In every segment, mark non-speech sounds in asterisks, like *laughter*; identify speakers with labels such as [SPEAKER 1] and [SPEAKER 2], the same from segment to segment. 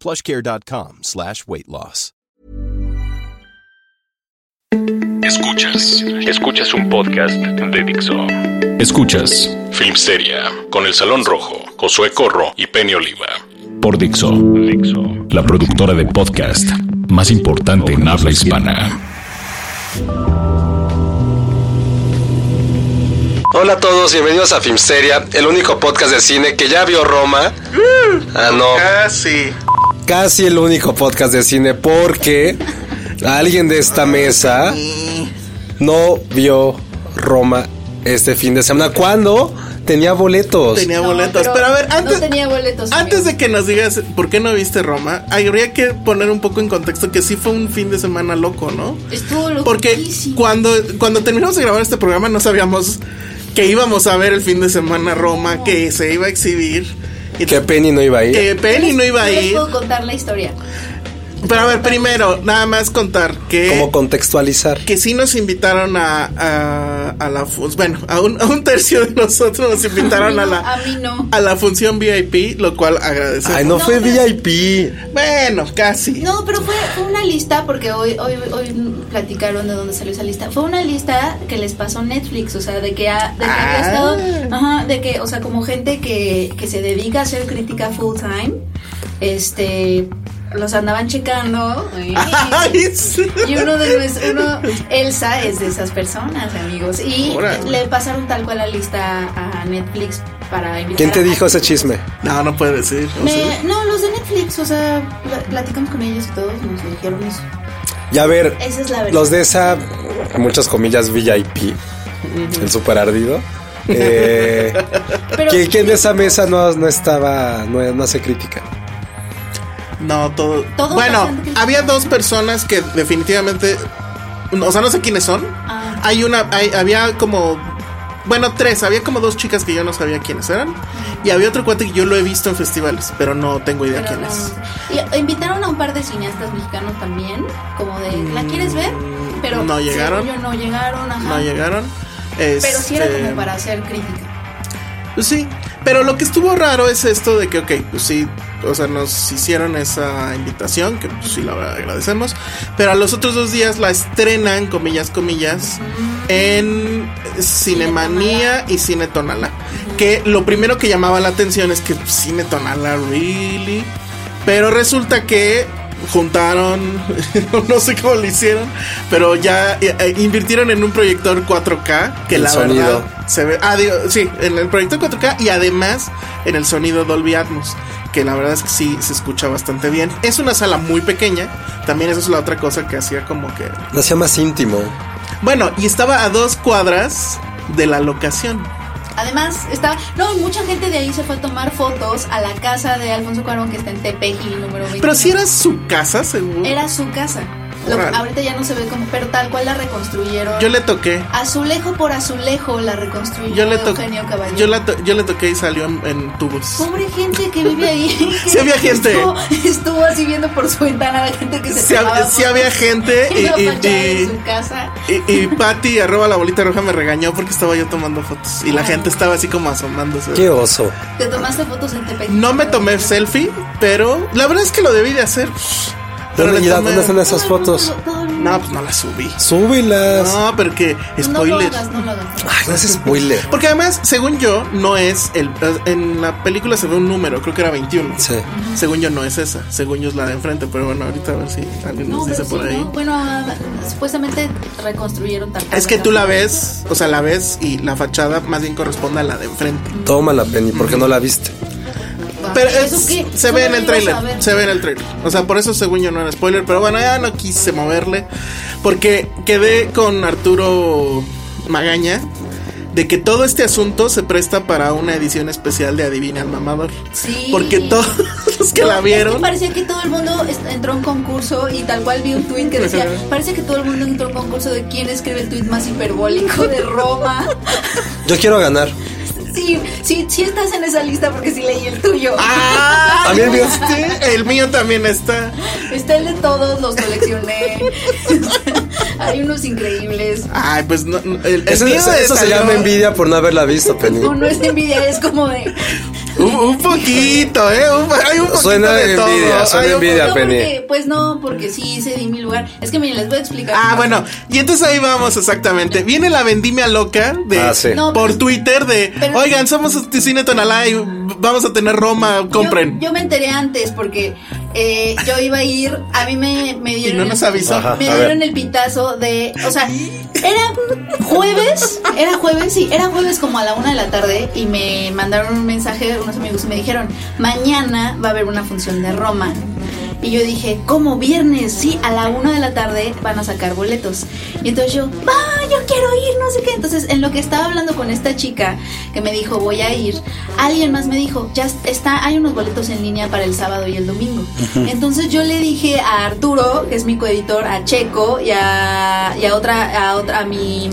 [SPEAKER 1] plushcare.com slash weight loss.
[SPEAKER 2] Escuchas, escuchas un podcast de Dixo. Escuchas Filmsteria con El Salón Rojo, Josué Corro y Penny Oliva. Por Dixo, la productora de podcast más importante en habla hispana.
[SPEAKER 3] Hola a todos, bienvenidos a Filmsteria, el único podcast de cine que ya vio Roma. Ah, no.
[SPEAKER 4] Casi.
[SPEAKER 3] Casi el único podcast de cine porque alguien de esta mesa no vio Roma este fin de semana cuando tenía boletos.
[SPEAKER 4] Tenía boletos. Pero, a ver, antes.
[SPEAKER 5] No tenía boletos.
[SPEAKER 4] Antes de que nos digas por qué no viste Roma, habría que poner un poco en contexto que sí fue un fin de semana loco, ¿no?
[SPEAKER 5] Estuvo loco.
[SPEAKER 4] Porque cuando, cuando terminamos de grabar este programa no sabíamos que íbamos a ver el fin de semana Roma, que se iba a exhibir, y
[SPEAKER 3] Que Penny no iba a ir.
[SPEAKER 4] que Penny no iba a
[SPEAKER 5] les
[SPEAKER 4] ir.
[SPEAKER 5] puedo contar la historia.
[SPEAKER 4] Pero a ver, primero, nada más contar que...
[SPEAKER 3] Como contextualizar.
[SPEAKER 4] que sí nos invitaron a, a, a la fun- bueno a un, a un tercio de nosotros
[SPEAKER 5] *laughs*
[SPEAKER 4] nos invitaron a la
[SPEAKER 5] A mí no.
[SPEAKER 4] a la función VIP lo cual agradecemos
[SPEAKER 3] Ay, no, fue
[SPEAKER 5] no.
[SPEAKER 3] VIP.
[SPEAKER 4] bueno casi
[SPEAKER 5] No, pero fue, fue una lista, porque hoy, hoy, hoy platicaron de dónde salió esa lista. Fue una lista que les pasó Netflix, o sea, de que, ha, de que había
[SPEAKER 4] Ah.
[SPEAKER 5] estado. Ajá, de que, o sea, como gente que, que se dedica a hacer crítica full time, este. Los andaban checando. y-
[SPEAKER 4] *laughs* Ay, sí.
[SPEAKER 5] Y uno de nuestros, uno, Elsa es de esas personas, amigos. Y
[SPEAKER 4] Órale.
[SPEAKER 5] le pasaron tal cual la lista a Netflix para invitar.
[SPEAKER 3] ¿Quién te
[SPEAKER 5] a-
[SPEAKER 3] dijo ese chisme?
[SPEAKER 4] no no puede decir ¿o
[SPEAKER 5] Me-
[SPEAKER 4] sí?
[SPEAKER 5] no, los de Netflix, o sea, pla- platicamos con ellos y todos nos dijeron eso.
[SPEAKER 3] Ya a ver,
[SPEAKER 5] Esa es la verdad.
[SPEAKER 3] los de esa, muchas comillas, VIP, el super
[SPEAKER 5] *laughs*
[SPEAKER 3] ardido. eh,
[SPEAKER 5] Pero
[SPEAKER 3] ¿quién- ¿Quién de esa mesa no, no estaba, no, no hace crítica?
[SPEAKER 4] no todo
[SPEAKER 5] Todos
[SPEAKER 4] bueno
[SPEAKER 5] bastante-
[SPEAKER 4] había dos personas que definitivamente o sea no sé quiénes son
[SPEAKER 5] Ah.
[SPEAKER 4] hay una hay- había como bueno tres había como dos chicas que yo no sabía quiénes eran y había otro cuate que yo lo he visto en festivales pero no tengo idea
[SPEAKER 5] pero
[SPEAKER 4] quién
[SPEAKER 5] no,
[SPEAKER 4] es
[SPEAKER 5] no sé. Y invitaron a un par de cineastas mexicanos también, como de, ¿la quieres ver? Pero
[SPEAKER 4] Mm, no llegaron.
[SPEAKER 5] según yo, no llegaron, ajá.
[SPEAKER 4] no llegaron.
[SPEAKER 5] Pero sí era
[SPEAKER 4] Este,
[SPEAKER 5] como para hacer crítica.
[SPEAKER 4] pues sí, pero lo que estuvo raro es esto de que, ok, pues sí, o sea, nos hicieron esa invitación, que pues sí, la verdad agradecemos, pero a los otros dos días la estrenan, comillas, comillas, en Cinemanía y Cine Tonalá. Que lo primero que llamaba la atención es que Cine Tonalá, really. Pero resulta que juntaron, *laughs* no sé cómo lo hicieron, pero ya eh, eh, invirtieron en un proyector 4K, que
[SPEAKER 3] El
[SPEAKER 4] la
[SPEAKER 3] sonido.
[SPEAKER 4] verdad se ve. Ah, digo, sí, en el proyector 4K y además en el sonido Dolby Atmos, que la verdad es que sí se escucha bastante bien. Es una sala muy pequeña, también esa es la otra cosa que hacía como que.
[SPEAKER 3] No sea más íntimo.
[SPEAKER 4] Bueno, y estaba a dos cuadras de la locación.
[SPEAKER 5] Además, está. No, y mucha gente de ahí se fue a tomar fotos a la casa de Alfonso Cuarón, que está en Tepeji, número 20.
[SPEAKER 4] Pero si era su casa, seguro.
[SPEAKER 5] Era su casa. Lo-
[SPEAKER 4] Órale.
[SPEAKER 5] ahorita ya no se ve como, pero tal cual la reconstruyeron.
[SPEAKER 4] Yo le toqué.
[SPEAKER 5] Azulejo por azulejo la reconstruyó
[SPEAKER 4] Yo le, to-
[SPEAKER 5] Eugenio Caballero.
[SPEAKER 4] yo, la to- yo le toqué y salió en, en tubos.
[SPEAKER 5] Pobre gente que vive ahí.
[SPEAKER 4] *laughs*
[SPEAKER 5] *laughs* que
[SPEAKER 4] Sí había gente.
[SPEAKER 5] Estuvo, estuvo así viendo por su ventana la gente que se
[SPEAKER 4] Sí, hab-
[SPEAKER 5] tomaba
[SPEAKER 4] sí había
[SPEAKER 5] fotos *laughs*
[SPEAKER 4] gente
[SPEAKER 5] en
[SPEAKER 4] y,
[SPEAKER 5] la fachada de
[SPEAKER 4] y,
[SPEAKER 5] su casa.
[SPEAKER 4] y, y- y Patty, arroba la bolita roja, me regañó porque estaba yo tomando fotos. Y la gente estaba así como asomándose.
[SPEAKER 3] Qué oso.
[SPEAKER 5] Te tomaste fotos en Tepeji.
[SPEAKER 4] No me tomé selfie, pero la verdad es que lo debí de hacer.
[SPEAKER 3] ¿Dónde,
[SPEAKER 4] le
[SPEAKER 3] ya-
[SPEAKER 4] tomé-
[SPEAKER 3] dónde están esas fotos?
[SPEAKER 4] No, pues no la subí.
[SPEAKER 3] Súbelas.
[SPEAKER 5] Ah.
[SPEAKER 4] No, pero que
[SPEAKER 5] No lo
[SPEAKER 4] spoiler.
[SPEAKER 5] hagas, no lo hagas.
[SPEAKER 3] Ay, no es spoiler.
[SPEAKER 4] Porque además, según yo, no es el. En la película se ve un número, creo que era 21.
[SPEAKER 3] Sí.
[SPEAKER 4] Según yo, no es esa. Según yo, es la de enfrente. Pero bueno, ahorita a ver si alguien
[SPEAKER 5] No,
[SPEAKER 4] nos dice
[SPEAKER 5] pero sí,
[SPEAKER 4] por ahí.
[SPEAKER 5] ¿no? Bueno, ah, supuestamente reconstruyeron tal
[SPEAKER 4] Es que tú la ves, o sea, la ves y la fachada más bien corresponde a la de enfrente.
[SPEAKER 3] Toma la Penny, porque no la viste.
[SPEAKER 4] Pero
[SPEAKER 5] ¿Eso
[SPEAKER 4] es-
[SPEAKER 5] qué?
[SPEAKER 4] se
[SPEAKER 5] Yo
[SPEAKER 4] ve
[SPEAKER 5] no
[SPEAKER 4] en el
[SPEAKER 5] lo iba a
[SPEAKER 4] trailer.
[SPEAKER 5] saber.
[SPEAKER 4] Se ve en el trailer. O sea, por eso según yo no era spoiler. Pero bueno, ya no quise moverle. Porque quedé con Arturo Magaña de que todo este asunto se presta para una edición especial de Adivina al Mamador.
[SPEAKER 5] Sí.
[SPEAKER 4] Porque todos *laughs* los que
[SPEAKER 5] No,
[SPEAKER 4] la
[SPEAKER 5] Es que
[SPEAKER 4] vieron.
[SPEAKER 5] parecía que todo el mundo est- entró a un concurso y tal cual vi un tweet
[SPEAKER 4] *laughs*
[SPEAKER 5] que decía, parece que todo el mundo entró a un concurso de quién escribe el tweet más hiperbólico de Roma. *laughs*
[SPEAKER 3] Yo quiero ganar.
[SPEAKER 5] Sí, sí, sí estás en esa lista porque sí leí el tuyo.
[SPEAKER 4] ¡Ah!
[SPEAKER 3] A mí el mío-
[SPEAKER 4] ¿viste? El mío también está.
[SPEAKER 5] Está el de todos, los coleccioné. *laughs* Hay unos increíbles.
[SPEAKER 4] Ay, pues no. no, el- el
[SPEAKER 3] Eso,
[SPEAKER 4] mío
[SPEAKER 3] eso- eso se
[SPEAKER 4] salió-
[SPEAKER 3] llama envidia por no haberla visto, Penny.
[SPEAKER 5] No, no es envidia, es como de...
[SPEAKER 4] Un, un poquito, ¿eh? Un- hay un poquito
[SPEAKER 3] Suena
[SPEAKER 4] de todo.
[SPEAKER 3] envidia, suena
[SPEAKER 4] Hay un
[SPEAKER 3] envidia.
[SPEAKER 5] No,
[SPEAKER 3] Penny.
[SPEAKER 5] porque- pues no, porque sí cedí mi lugar. Es que miren, les voy a explicar.
[SPEAKER 4] Ah, bueno, y entonces ahí vamos exactamente. Viene la vendimia loca de
[SPEAKER 3] Ah, sí.
[SPEAKER 5] No,
[SPEAKER 4] por
[SPEAKER 5] pero-
[SPEAKER 4] Twitter de,
[SPEAKER 5] pero-
[SPEAKER 4] "Oigan, somos Cine Tonalá y vamos a tener Roma, compren."
[SPEAKER 5] Yo, yo me enteré antes porque eh, yo iba a ir, a mí me, me dieron.
[SPEAKER 4] no nos avisó. Ajá,
[SPEAKER 5] me
[SPEAKER 3] a
[SPEAKER 5] dieron el pitazo de. O sea, era jueves, era jueves, sí, era jueves como a la una de la tarde y me mandaron un mensaje unos amigos y me dijeron: Mañana va a haber una función de Roma. Y yo dije, ¿cómo viernes? Sí, a la una de la tarde van a sacar boletos. Y entonces yo, va, yo quiero ir, no sé qué. Entonces, en lo que estaba hablando con esta chica que me dijo, voy a ir, alguien más me dijo, ya está, hay unos boletos en línea para el sábado y el domingo. Entonces yo le dije a Arturo, que es mi coeditor, a Checo y a, y a otra, a otra, a mi...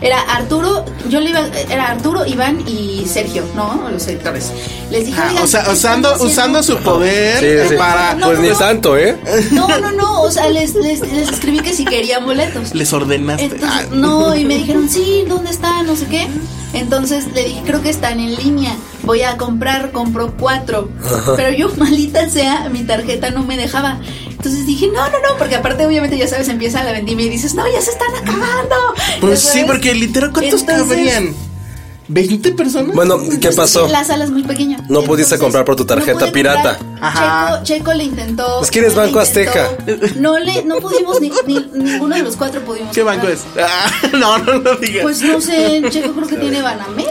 [SPEAKER 5] Era Arturo, yo le iba, era Arturo, Iván y Sergio, ¿no? Los editores. Les dije,
[SPEAKER 4] Ah,
[SPEAKER 5] "Oigan,
[SPEAKER 4] o sea,
[SPEAKER 5] ¿qué están
[SPEAKER 4] usando
[SPEAKER 5] haciendo?"
[SPEAKER 4] usando su poder
[SPEAKER 3] Sí, sí.
[SPEAKER 4] eh, para
[SPEAKER 5] No,
[SPEAKER 3] pues
[SPEAKER 5] no,
[SPEAKER 3] ni
[SPEAKER 5] no.
[SPEAKER 3] tanto, ¿eh?
[SPEAKER 5] No, no, no, o sea, les, les, les escribí que si querían boletos.
[SPEAKER 4] les ordenaste. Ah,
[SPEAKER 5] Entonces, no, y me dijeron, sí, ¿dónde está? No sé qué. Entonces le dije, creo que están en línea. Voy a comprar, compro cuatro. Pero yo, *laughs* malita sea, mi tarjeta no me dejaba. Entonces dije, no, no, no, porque aparte, obviamente, ya sabes, empieza la vendimia y dices, no, ya se están acabando.
[SPEAKER 4] Pues
[SPEAKER 5] Ya
[SPEAKER 4] sí,
[SPEAKER 5] sabes.
[SPEAKER 4] porque literal cuántos
[SPEAKER 5] Entonces-
[SPEAKER 4] cabrían? 20 personas.
[SPEAKER 3] Bueno, ¿qué pasó?
[SPEAKER 5] La sala Pues, es muy pequeña.
[SPEAKER 3] No pudiste comprar por tu tarjeta
[SPEAKER 5] pude
[SPEAKER 3] pirata.
[SPEAKER 5] comprar.
[SPEAKER 4] Ajá.
[SPEAKER 5] Checo, Checo le intentó.
[SPEAKER 3] Es que eres
[SPEAKER 5] le
[SPEAKER 3] Banco
[SPEAKER 5] intentó.
[SPEAKER 3] Azteca.
[SPEAKER 5] No le, no pudimos ni, ni- ninguno de los cuatro pudimos.
[SPEAKER 4] ¿Qué
[SPEAKER 5] comprar.
[SPEAKER 4] banco es? Ah, *laughs* no, no lo digas.
[SPEAKER 5] Pues no sé, Checo creo que tiene Banamex.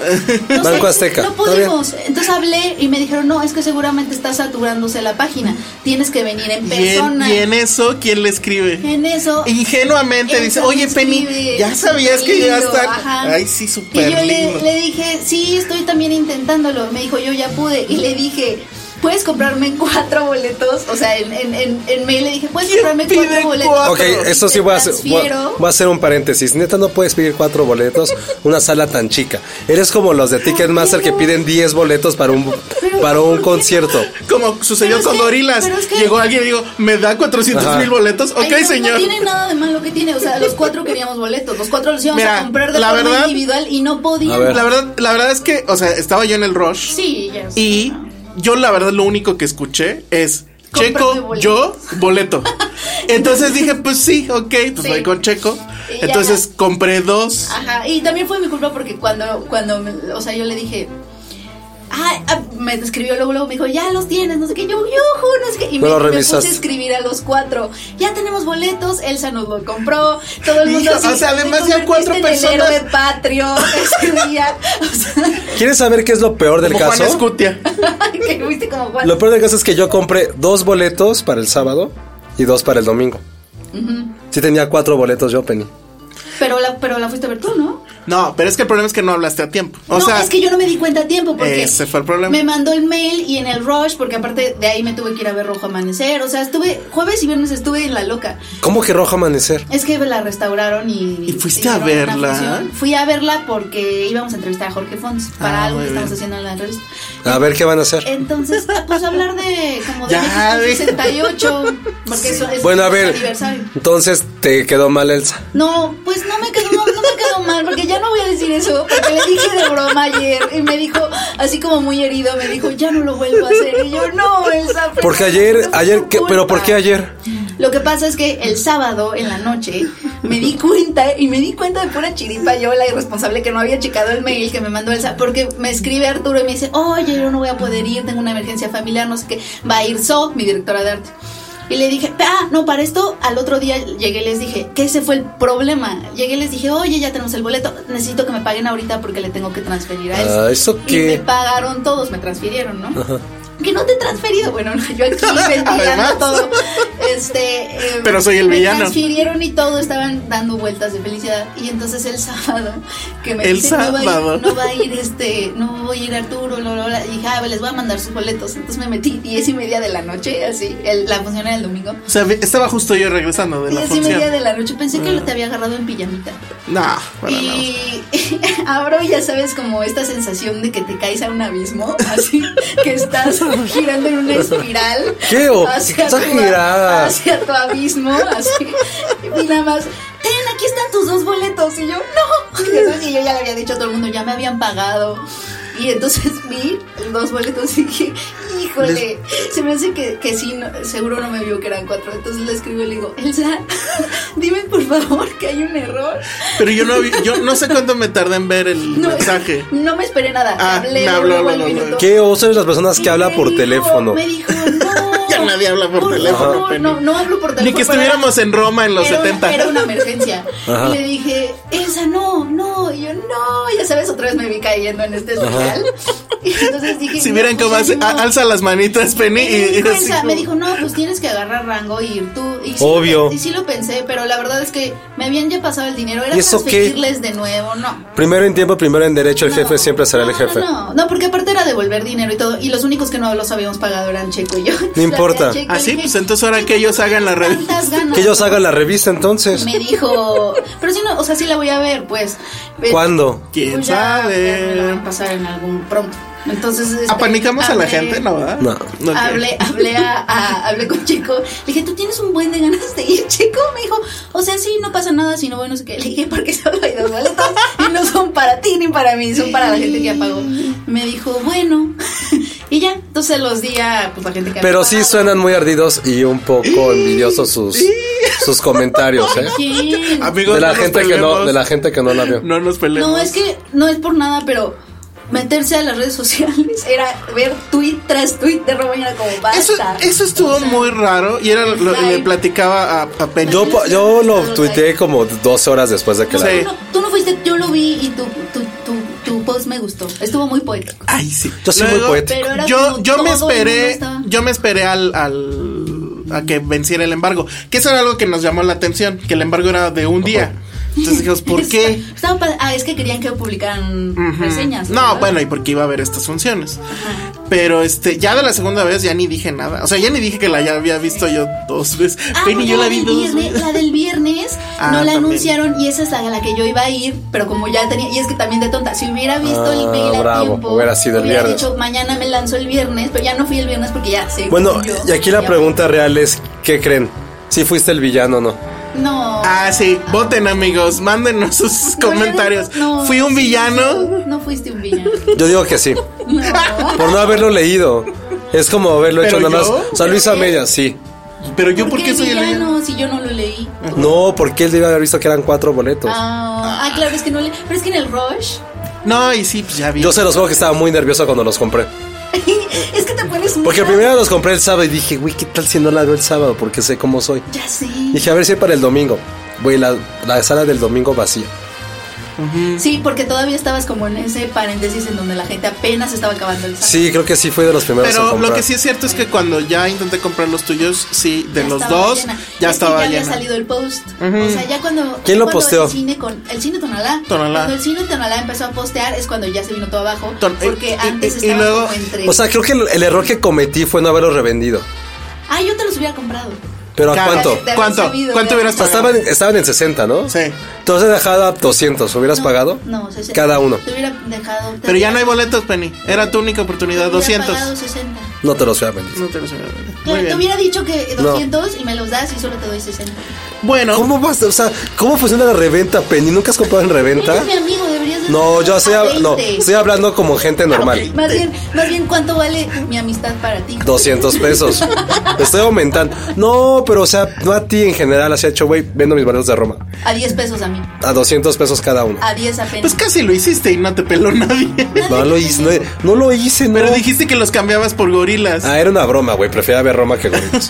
[SPEAKER 5] No sé,
[SPEAKER 3] Banco Azteca,
[SPEAKER 5] No
[SPEAKER 3] está bien.
[SPEAKER 5] pudimos. Entonces hablé y me dijeron, no, es que seguramente está saturándose la página. Tienes que venir en
[SPEAKER 4] y, en,
[SPEAKER 5] persona.
[SPEAKER 4] y en eso quién le escribe?
[SPEAKER 5] En eso.
[SPEAKER 4] Ingenuamente
[SPEAKER 5] Él
[SPEAKER 4] dice,
[SPEAKER 5] solo
[SPEAKER 4] oye Penny,
[SPEAKER 5] escribe,
[SPEAKER 4] ya sabías que
[SPEAKER 5] lindo,
[SPEAKER 4] ya están.
[SPEAKER 5] ajá.
[SPEAKER 4] Ay, sí,
[SPEAKER 5] Y yo
[SPEAKER 4] súper lindo.
[SPEAKER 5] le, le dije, sí, estoy también intentándolo. Me dijo, yo ya pude. Y le dije, ¿puedes comprarme cuatro boletos? O sea, en, en, en, en mail le dije, ¿puedes
[SPEAKER 4] ¿Quién
[SPEAKER 5] comprarme
[SPEAKER 4] pide
[SPEAKER 5] cuatro boletos?
[SPEAKER 4] cuatro?
[SPEAKER 3] Ok,
[SPEAKER 4] Y
[SPEAKER 3] eso
[SPEAKER 5] te
[SPEAKER 3] sí voy a, hacer, voy, a-
[SPEAKER 5] transfiero.
[SPEAKER 3] voy a hacer un paréntesis. Neta, no puedes pedir cuatro boletos, una sala tan chica. Eres como los de Ticketmaster que piden 10 boletos para un,
[SPEAKER 5] Pero,
[SPEAKER 3] para un
[SPEAKER 5] ¿por qué?
[SPEAKER 3] concierto.
[SPEAKER 4] Como sucedió
[SPEAKER 5] Pero es
[SPEAKER 4] con
[SPEAKER 5] que-
[SPEAKER 4] gorilas.
[SPEAKER 5] pero es que-
[SPEAKER 4] Llegó alguien y dijo, ¿me da 400
[SPEAKER 3] Ajá.
[SPEAKER 4] mil boletos? Ok,
[SPEAKER 5] Ay, no,
[SPEAKER 4] señor.
[SPEAKER 5] No tiene nada de malo que tiene. O sea, los cuatro queríamos boletos. Los cuatro los íbamos
[SPEAKER 4] Mira,
[SPEAKER 5] a comprar de
[SPEAKER 4] la
[SPEAKER 5] forma
[SPEAKER 4] verdad-
[SPEAKER 5] individual y no
[SPEAKER 3] A
[SPEAKER 5] podíamos.
[SPEAKER 3] ver.
[SPEAKER 4] La verdad, la verdad es que, o sea, estaba yo en el rush.
[SPEAKER 5] Sí, ya sé.
[SPEAKER 4] Y yo la verdad lo único que escuché es
[SPEAKER 5] Cómprate
[SPEAKER 4] Checo,
[SPEAKER 5] boletos.
[SPEAKER 4] yo,
[SPEAKER 5] *laughs*
[SPEAKER 4] boleto. *laughs* Entonces dije, pues sí, ok, pues
[SPEAKER 5] Sí.
[SPEAKER 4] voy con Checo.
[SPEAKER 5] Y ya.
[SPEAKER 4] Entonces compré dos.
[SPEAKER 5] Ajá, y también fue mi culpa porque cuando, cuando me- o sea, yo le dije, ah, ah", me escribió luego, luego me dijo, ya los tienes, no sé qué, yo, yujú, no sé qué, y
[SPEAKER 3] No
[SPEAKER 5] me,
[SPEAKER 3] lo
[SPEAKER 5] me puse a
[SPEAKER 3] revisaste.
[SPEAKER 5] escribir a los cuatro, ya tenemos boletos, Elsa nos lo compró, todo el mundo
[SPEAKER 4] Hijo,
[SPEAKER 5] así,
[SPEAKER 4] o sea,
[SPEAKER 5] "Te
[SPEAKER 4] además ya
[SPEAKER 5] convertiste
[SPEAKER 4] cuatro
[SPEAKER 5] en
[SPEAKER 4] personas".
[SPEAKER 5] el héroe este patrio *laughs* ese día, o sea, *laughs*
[SPEAKER 3] ¿Quieres saber qué es lo peor del
[SPEAKER 4] Como Juan
[SPEAKER 3] caso?
[SPEAKER 4] Escutia.
[SPEAKER 5] que fuiste como Juan.
[SPEAKER 3] Lo peor del caso es que yo compré dos boletos para el sábado y dos para el domingo. Sí tenía cuatro boletos yo, Penny.
[SPEAKER 5] Pero la, pero la fuiste a ver tú, ¿no?
[SPEAKER 4] No, pero es que el problema es que no hablaste a tiempo. O
[SPEAKER 5] no,
[SPEAKER 4] sea,
[SPEAKER 5] es que yo no me di cuenta a tiempo porque
[SPEAKER 4] Ese fue el problema.
[SPEAKER 5] me mandó el mail y en el rush, porque aparte de ahí me tuve que ir a ver Rojo Amanecer, o sea, estuve, jueves y viernes estuve en la loca.
[SPEAKER 3] ¿Cómo que rojo amanecer?
[SPEAKER 5] Es que la restauraron y...
[SPEAKER 4] ¿Y fuiste a
[SPEAKER 5] hicieron una
[SPEAKER 4] verla?
[SPEAKER 5] función. Fui a verla porque íbamos a entrevistar a Jorge Fons para
[SPEAKER 4] Ah,
[SPEAKER 5] algo
[SPEAKER 4] muy
[SPEAKER 5] que estamos
[SPEAKER 4] bien.
[SPEAKER 5] haciendo en la revista.
[SPEAKER 3] A ver qué van a hacer.
[SPEAKER 5] Entonces, pues hablar de como
[SPEAKER 4] *laughs*
[SPEAKER 5] de
[SPEAKER 4] Ya,
[SPEAKER 5] México
[SPEAKER 4] de-
[SPEAKER 5] 68, porque eso es
[SPEAKER 3] Bueno, a
[SPEAKER 5] es
[SPEAKER 3] ver.
[SPEAKER 5] aniversario.
[SPEAKER 3] Entonces te quedó mal, Elsa.
[SPEAKER 5] No, pues no me quedó, no, no me quedó mal, porque ya no voy a decir eso, porque le dije de broma ayer y me dijo, así como muy herido, me dijo, ya no lo vuelvo a hacer. Y yo, no, Elsa. pero
[SPEAKER 3] Porque
[SPEAKER 5] no
[SPEAKER 3] ayer,
[SPEAKER 5] fue
[SPEAKER 3] ayer,
[SPEAKER 5] tu
[SPEAKER 3] ¿qué-
[SPEAKER 5] culpa".
[SPEAKER 3] pero ¿por qué ayer?
[SPEAKER 5] Lo que pasa es que el sábado en la noche me di cuenta y me di cuenta de pura chiripa yo, la irresponsable que no había checado el mail que me mandó Elsa, porque me escribe Arturo y me dice, oye, yo no voy a poder ir, tengo una emergencia familiar, no sé qué, va a ir So, mi directora de arte. Y le dije, ah, no, para esto al otro día llegué y les dije, que ese fue el problema. Llegué y les dije, oye, ya tenemos el boleto, necesito que me paguen ahorita porque le tengo que transferir a Elsa.
[SPEAKER 3] Ah, ¿eso
[SPEAKER 5] Y
[SPEAKER 3] qué?
[SPEAKER 5] me pagaron todos, me transfirieron, ¿no? Que no te he transferido. Bueno, no,
[SPEAKER 4] *laughs*
[SPEAKER 5] yo aquí ventilando
[SPEAKER 4] Además.
[SPEAKER 5] todo. Este, eh,
[SPEAKER 4] Pero soy el
[SPEAKER 5] me
[SPEAKER 4] villano.
[SPEAKER 5] transfirieron y todo, estaban dando vueltas de felicidad. Y entonces el *laughs* sábado, que me
[SPEAKER 4] El
[SPEAKER 5] dice, no va a ir-
[SPEAKER 4] sábado.
[SPEAKER 5] no va a ir este, no voy a ir Arturo, bla, bla, bla. Y dije, ah, les voy a mandar sus boletos. Entonces me metí diez y media de la noche, así, el- la función era el domingo.
[SPEAKER 4] O sea, ve- estaba justo yo regresando de la
[SPEAKER 5] Diez y media
[SPEAKER 4] función. Mm.
[SPEAKER 5] de la noche, pensé que lo te había agarrado en pijamita.
[SPEAKER 4] No, para nada.
[SPEAKER 5] Y *laughs* ahora ya sabes como esta sensación de que te caes a un abismo, *laughs* así que estás girando en una espiral.
[SPEAKER 3] ¡Qué o-
[SPEAKER 5] hacia
[SPEAKER 3] qué
[SPEAKER 5] tu-
[SPEAKER 3] exagerada!
[SPEAKER 5] Hacia tu abismo, así. Y nada más, ten, aquí están tus dos boletos. Y yo, no. *laughs* Y eso sí, yo ya le había dicho a todo el mundo, ya me habían pagado. Y entonces *laughs* vi los boletos y dije, híjole, se me hace que, que sí, no- seguro no me vio que eran cuatro. Entonces le escribo y le digo, Elsa, *laughs* dime por favor que hay un error.
[SPEAKER 4] Pero yo no, vi- yo no sé cuánto me tardé en ver el mensaje.
[SPEAKER 5] No me esperé nada.
[SPEAKER 4] Ah,
[SPEAKER 5] Hablé
[SPEAKER 4] me habló,
[SPEAKER 5] luego
[SPEAKER 4] habló,
[SPEAKER 5] al
[SPEAKER 4] habló,
[SPEAKER 5] minuto.
[SPEAKER 3] ¿Qué oso es las personas
[SPEAKER 5] Y
[SPEAKER 3] que hablan
[SPEAKER 5] me
[SPEAKER 3] por
[SPEAKER 5] dijo-
[SPEAKER 3] teléfono?
[SPEAKER 5] Me
[SPEAKER 4] *laughs*
[SPEAKER 5] dijo, no.
[SPEAKER 4] Ya nadie habla por teléfono,
[SPEAKER 5] favor,
[SPEAKER 4] Penny.
[SPEAKER 5] No, no hablo por teléfono.
[SPEAKER 4] Ni que
[SPEAKER 5] pero
[SPEAKER 4] estuviéramos
[SPEAKER 5] era-
[SPEAKER 4] en Roma en los
[SPEAKER 5] era una-
[SPEAKER 4] 70.
[SPEAKER 5] Era una emergencia.
[SPEAKER 3] Ajá.
[SPEAKER 5] Y le dije, Elsa, no, no. Y yo, no. Ya sabes, otra vez me vi cayendo en este social. *laughs* Y entonces dije,
[SPEAKER 4] *laughs* Si
[SPEAKER 5] no,
[SPEAKER 4] vieran
[SPEAKER 5] pues
[SPEAKER 4] cómo
[SPEAKER 5] ya
[SPEAKER 4] hace,
[SPEAKER 5] ni
[SPEAKER 4] a-
[SPEAKER 5] modo.
[SPEAKER 4] alza las manitas, Penny.
[SPEAKER 5] Y me
[SPEAKER 4] Y,
[SPEAKER 5] dijo
[SPEAKER 4] y así
[SPEAKER 5] Elsa,
[SPEAKER 4] como-
[SPEAKER 5] me dijo, no, pues tienes que agarrar rango y ir tú. Y sí,
[SPEAKER 3] Obvio.
[SPEAKER 5] Y sí lo pensé, pero la verdad es que me habían ya pasado el dinero. Era
[SPEAKER 3] ¿Y eso qué?
[SPEAKER 5] transferirles de nuevo, no.
[SPEAKER 3] Primero en tiempo, primero en derecho, el jefe siempre será el
[SPEAKER 5] No,
[SPEAKER 3] jefe.
[SPEAKER 5] No, no, no, porque aparte era devolver dinero y todo. Y los únicos que no los habíamos pagado eran Checo y yo. *laughs*
[SPEAKER 3] No importa.
[SPEAKER 5] Checo,
[SPEAKER 4] Ah,
[SPEAKER 5] le
[SPEAKER 4] sí,
[SPEAKER 5] dije,
[SPEAKER 4] pues entonces ahora que ellos hagan la
[SPEAKER 5] "Tantas
[SPEAKER 4] revista. *laughs*
[SPEAKER 5] ganas".
[SPEAKER 3] Que ellos hagan la revista entonces.
[SPEAKER 5] Me dijo. Pero si no, o sea, sí la voy a ver, pues. Pero-
[SPEAKER 3] ¿Cuándo?
[SPEAKER 5] Pues
[SPEAKER 4] ¿Quién
[SPEAKER 5] *laughs* ya, ya me la van
[SPEAKER 4] sabe?
[SPEAKER 5] a pasar en algún pronto. Entonces. este,
[SPEAKER 4] ¿Apanicamos a la
[SPEAKER 5] hablé-
[SPEAKER 4] gente? No, ¿verdad?
[SPEAKER 3] No.
[SPEAKER 4] Ok.
[SPEAKER 5] Hablé, hablé, a- a- hablé con Checo. Le dije, ¿tú tienes un buen de ganas de ir, Checo? Me dijo, o sea, sí, no pasa nada, si no, bueno, no sé qué. Le dije, porque solo hay dos boletos y no son para ti ni para mí, son para la gente que apagó. Me dijo, bueno. *laughs* Y ya, entonces los di a pues, la gente que
[SPEAKER 3] Pero
[SPEAKER 5] había
[SPEAKER 3] sí
[SPEAKER 5] pagado.
[SPEAKER 3] suenan muy ardidos y un poco envidiosos sus, sus comentarios, ¿eh?
[SPEAKER 4] *laughs*
[SPEAKER 5] ¿Quién?
[SPEAKER 4] Amigos,
[SPEAKER 3] De la
[SPEAKER 4] no nos
[SPEAKER 3] gente que no,
[SPEAKER 4] peleemos.
[SPEAKER 3] de la gente que no la vio.
[SPEAKER 4] No nos peleemos.
[SPEAKER 5] No, es que no es por nada, pero meterse a las redes sociales era ver tweet tras tweet de Roma y era como basta.
[SPEAKER 4] Eso, eso estuvo muy raro y era lo- lo-
[SPEAKER 5] Ay.
[SPEAKER 4] le platicaba a, a Penny.
[SPEAKER 3] Yo, po- yo lo tuiteé como 12 horas después de que
[SPEAKER 5] No,
[SPEAKER 3] la
[SPEAKER 4] Sí.
[SPEAKER 5] tú, no, tú no fuiste, yo lo vi y tu, tu, tu, tu post me gustó. Estuvo muy poético.
[SPEAKER 4] Ay, sí.
[SPEAKER 3] Yo soy muy poético.
[SPEAKER 5] Pero era
[SPEAKER 4] Yo,
[SPEAKER 5] como
[SPEAKER 4] yo me
[SPEAKER 5] todo el mundo
[SPEAKER 4] esperé,
[SPEAKER 5] estaba-
[SPEAKER 4] yo me esperé al, al- a que venciera el embargo. Que eso era algo que nos llamó la atención, que el embargo era de un día. Entonces dijimos,
[SPEAKER 5] *laughs*
[SPEAKER 4] ¿por qué?
[SPEAKER 5] Está- estaba pa- ah, es que querían que publicaran reseñas.
[SPEAKER 4] No,
[SPEAKER 5] ¿verdad?
[SPEAKER 4] bueno, y porque iba a haber estas funciones. Pero este, ya de la segunda vez ya ni dije nada. O sea, ya ni dije que la ya había visto yo dos veces.
[SPEAKER 5] Ah,
[SPEAKER 4] Penny, yo la vi
[SPEAKER 5] del
[SPEAKER 4] dos
[SPEAKER 5] viernes-
[SPEAKER 4] veces.
[SPEAKER 5] La del viernes
[SPEAKER 4] *laughs* Ah,
[SPEAKER 5] no la
[SPEAKER 4] también.
[SPEAKER 5] anunciaron y esa es la a la que yo iba a ir, pero como ya tenía. Y es que también de tonta, si hubiera visto el
[SPEAKER 3] Ah,
[SPEAKER 5] mail a
[SPEAKER 3] bravo,
[SPEAKER 5] tiempo,
[SPEAKER 3] hubiera sido el viernes.
[SPEAKER 5] dicho mañana me lanzo el viernes, pero ya no fui el viernes porque ya se.
[SPEAKER 3] Bueno,
[SPEAKER 5] cumplió.
[SPEAKER 3] y aquí la
[SPEAKER 5] Ya-
[SPEAKER 3] pregunta real es, ¿qué creen? ¿Si fuiste el villano o no?
[SPEAKER 5] No.
[SPEAKER 4] Ah, sí, voten amigos, mándenos sus
[SPEAKER 5] No,
[SPEAKER 4] comentarios.
[SPEAKER 5] no,
[SPEAKER 4] Fui un
[SPEAKER 5] sí,
[SPEAKER 4] villano.
[SPEAKER 5] No fuiste un villano.
[SPEAKER 3] Yo digo que sí,
[SPEAKER 5] No.
[SPEAKER 3] por no haberlo leído. Es como haberlo hecho
[SPEAKER 4] ¿Pero
[SPEAKER 3] nada más.
[SPEAKER 4] yo?
[SPEAKER 3] O sea, Luis Amelia, sí.
[SPEAKER 4] Pero *laughs* yo, ¿por qué soy el Pues, villano?
[SPEAKER 5] villano si yo no lo leí?
[SPEAKER 3] No, porque él debe haber visto que eran cuatro boletos.
[SPEAKER 5] Ah, ah, claro, es que no le. Pero es que en el Rush. *laughs*
[SPEAKER 4] No, y sí, pues ya vi.
[SPEAKER 3] Yo se los juego que estaba muy nervioso cuando los compré.
[SPEAKER 5] es que te pones muy.
[SPEAKER 3] Porque primero los compré el sábado y dije, güey, ¿qué tal si no la veo el sábado? Porque sé cómo soy.
[SPEAKER 5] Ya sé.
[SPEAKER 3] Dije, a ver si para el domingo. Güey, la, la sala del domingo vacía.
[SPEAKER 5] Sí, porque todavía estabas como en ese paréntesis en donde la gente apenas estaba acabando el sábado.
[SPEAKER 3] Sí, creo que sí fue de los primeros en
[SPEAKER 4] Pero
[SPEAKER 3] comprar.
[SPEAKER 4] lo que sí es cierto es que cuando ya intenté comprar los tuyos, sí, de
[SPEAKER 5] Ya
[SPEAKER 4] los
[SPEAKER 5] estaba
[SPEAKER 4] dos,
[SPEAKER 5] llena.
[SPEAKER 4] ya
[SPEAKER 5] Es que
[SPEAKER 4] estaba
[SPEAKER 5] ya había
[SPEAKER 4] llena.
[SPEAKER 5] salido el post. O sea, ya cuando.
[SPEAKER 3] ¿Quién lo
[SPEAKER 5] cuando
[SPEAKER 3] posteó?
[SPEAKER 5] El cine, con, el cine Tonalá.
[SPEAKER 4] Tonalá.
[SPEAKER 5] Cuando el cine Tonalá empezó a postear es cuando ya se vino todo abajo.
[SPEAKER 4] Ton- eh,
[SPEAKER 5] porque
[SPEAKER 4] y-
[SPEAKER 5] antes
[SPEAKER 4] y- y
[SPEAKER 5] estaba
[SPEAKER 4] luego-
[SPEAKER 5] como entre.
[SPEAKER 3] O sea, creo que el, el error que cometí fue no haberlo revendido.
[SPEAKER 5] ah, yo te los hubiera comprado.
[SPEAKER 3] ¿Pero a
[SPEAKER 4] Cara,
[SPEAKER 3] cuánto?
[SPEAKER 5] de- de-
[SPEAKER 3] O
[SPEAKER 4] ¿Cuánto?
[SPEAKER 5] sabido,
[SPEAKER 4] ¿Cuánto
[SPEAKER 5] de-
[SPEAKER 4] hubieras
[SPEAKER 3] sea,
[SPEAKER 4] pagado?
[SPEAKER 3] estaban, estaban en 60, ¿no?
[SPEAKER 4] Sí.
[SPEAKER 3] Entonces dejaba 200. ¿Hubieras
[SPEAKER 5] No,
[SPEAKER 3] pagado?
[SPEAKER 5] No, 60.
[SPEAKER 3] Cada uno.
[SPEAKER 5] Te hubiera dejado. te
[SPEAKER 4] Pero ya
[SPEAKER 5] hubiera-
[SPEAKER 4] no hay boletos, Penny. Era tu única oportunidad,
[SPEAKER 5] te hubiera pagado
[SPEAKER 4] 200.
[SPEAKER 5] 60.
[SPEAKER 3] No te los voy a vender.
[SPEAKER 4] No te lo sé. Muy
[SPEAKER 5] Claro, te
[SPEAKER 4] bien.
[SPEAKER 5] hubiera dicho que
[SPEAKER 3] No.
[SPEAKER 5] 200 y me los das y solo te doy 60.
[SPEAKER 4] Bueno,
[SPEAKER 3] ¿Cómo vas? O sea, ¿cómo funciona la reventa, Penny? ¿Nunca has comprado en reventa?
[SPEAKER 5] Eres mi amigo, deberías de
[SPEAKER 3] No, yo
[SPEAKER 5] sé
[SPEAKER 3] estoy, hab- no, estoy hablando como gente normal.
[SPEAKER 5] Más bien, más bien, ¿cuánto vale mi amistad para ti?
[SPEAKER 3] 200 pesos. Estoy aumentando. No, pero o sea, no a ti en general. Así ha hecho, güey, vendo mis boletos de Roma.
[SPEAKER 5] *laughs* A 10 pesos a mí.
[SPEAKER 3] A 200 pesos cada uno.
[SPEAKER 5] A 10 apenas.
[SPEAKER 4] pues casi lo hiciste y no te peló nadie.
[SPEAKER 3] No lo hice, no, no lo hice, no.
[SPEAKER 4] Pero dijiste que los cambiabas por gorilas.
[SPEAKER 3] Ah, era una broma, güey. Prefiero ver Roma que
[SPEAKER 4] *laughs*
[SPEAKER 3] gorilas.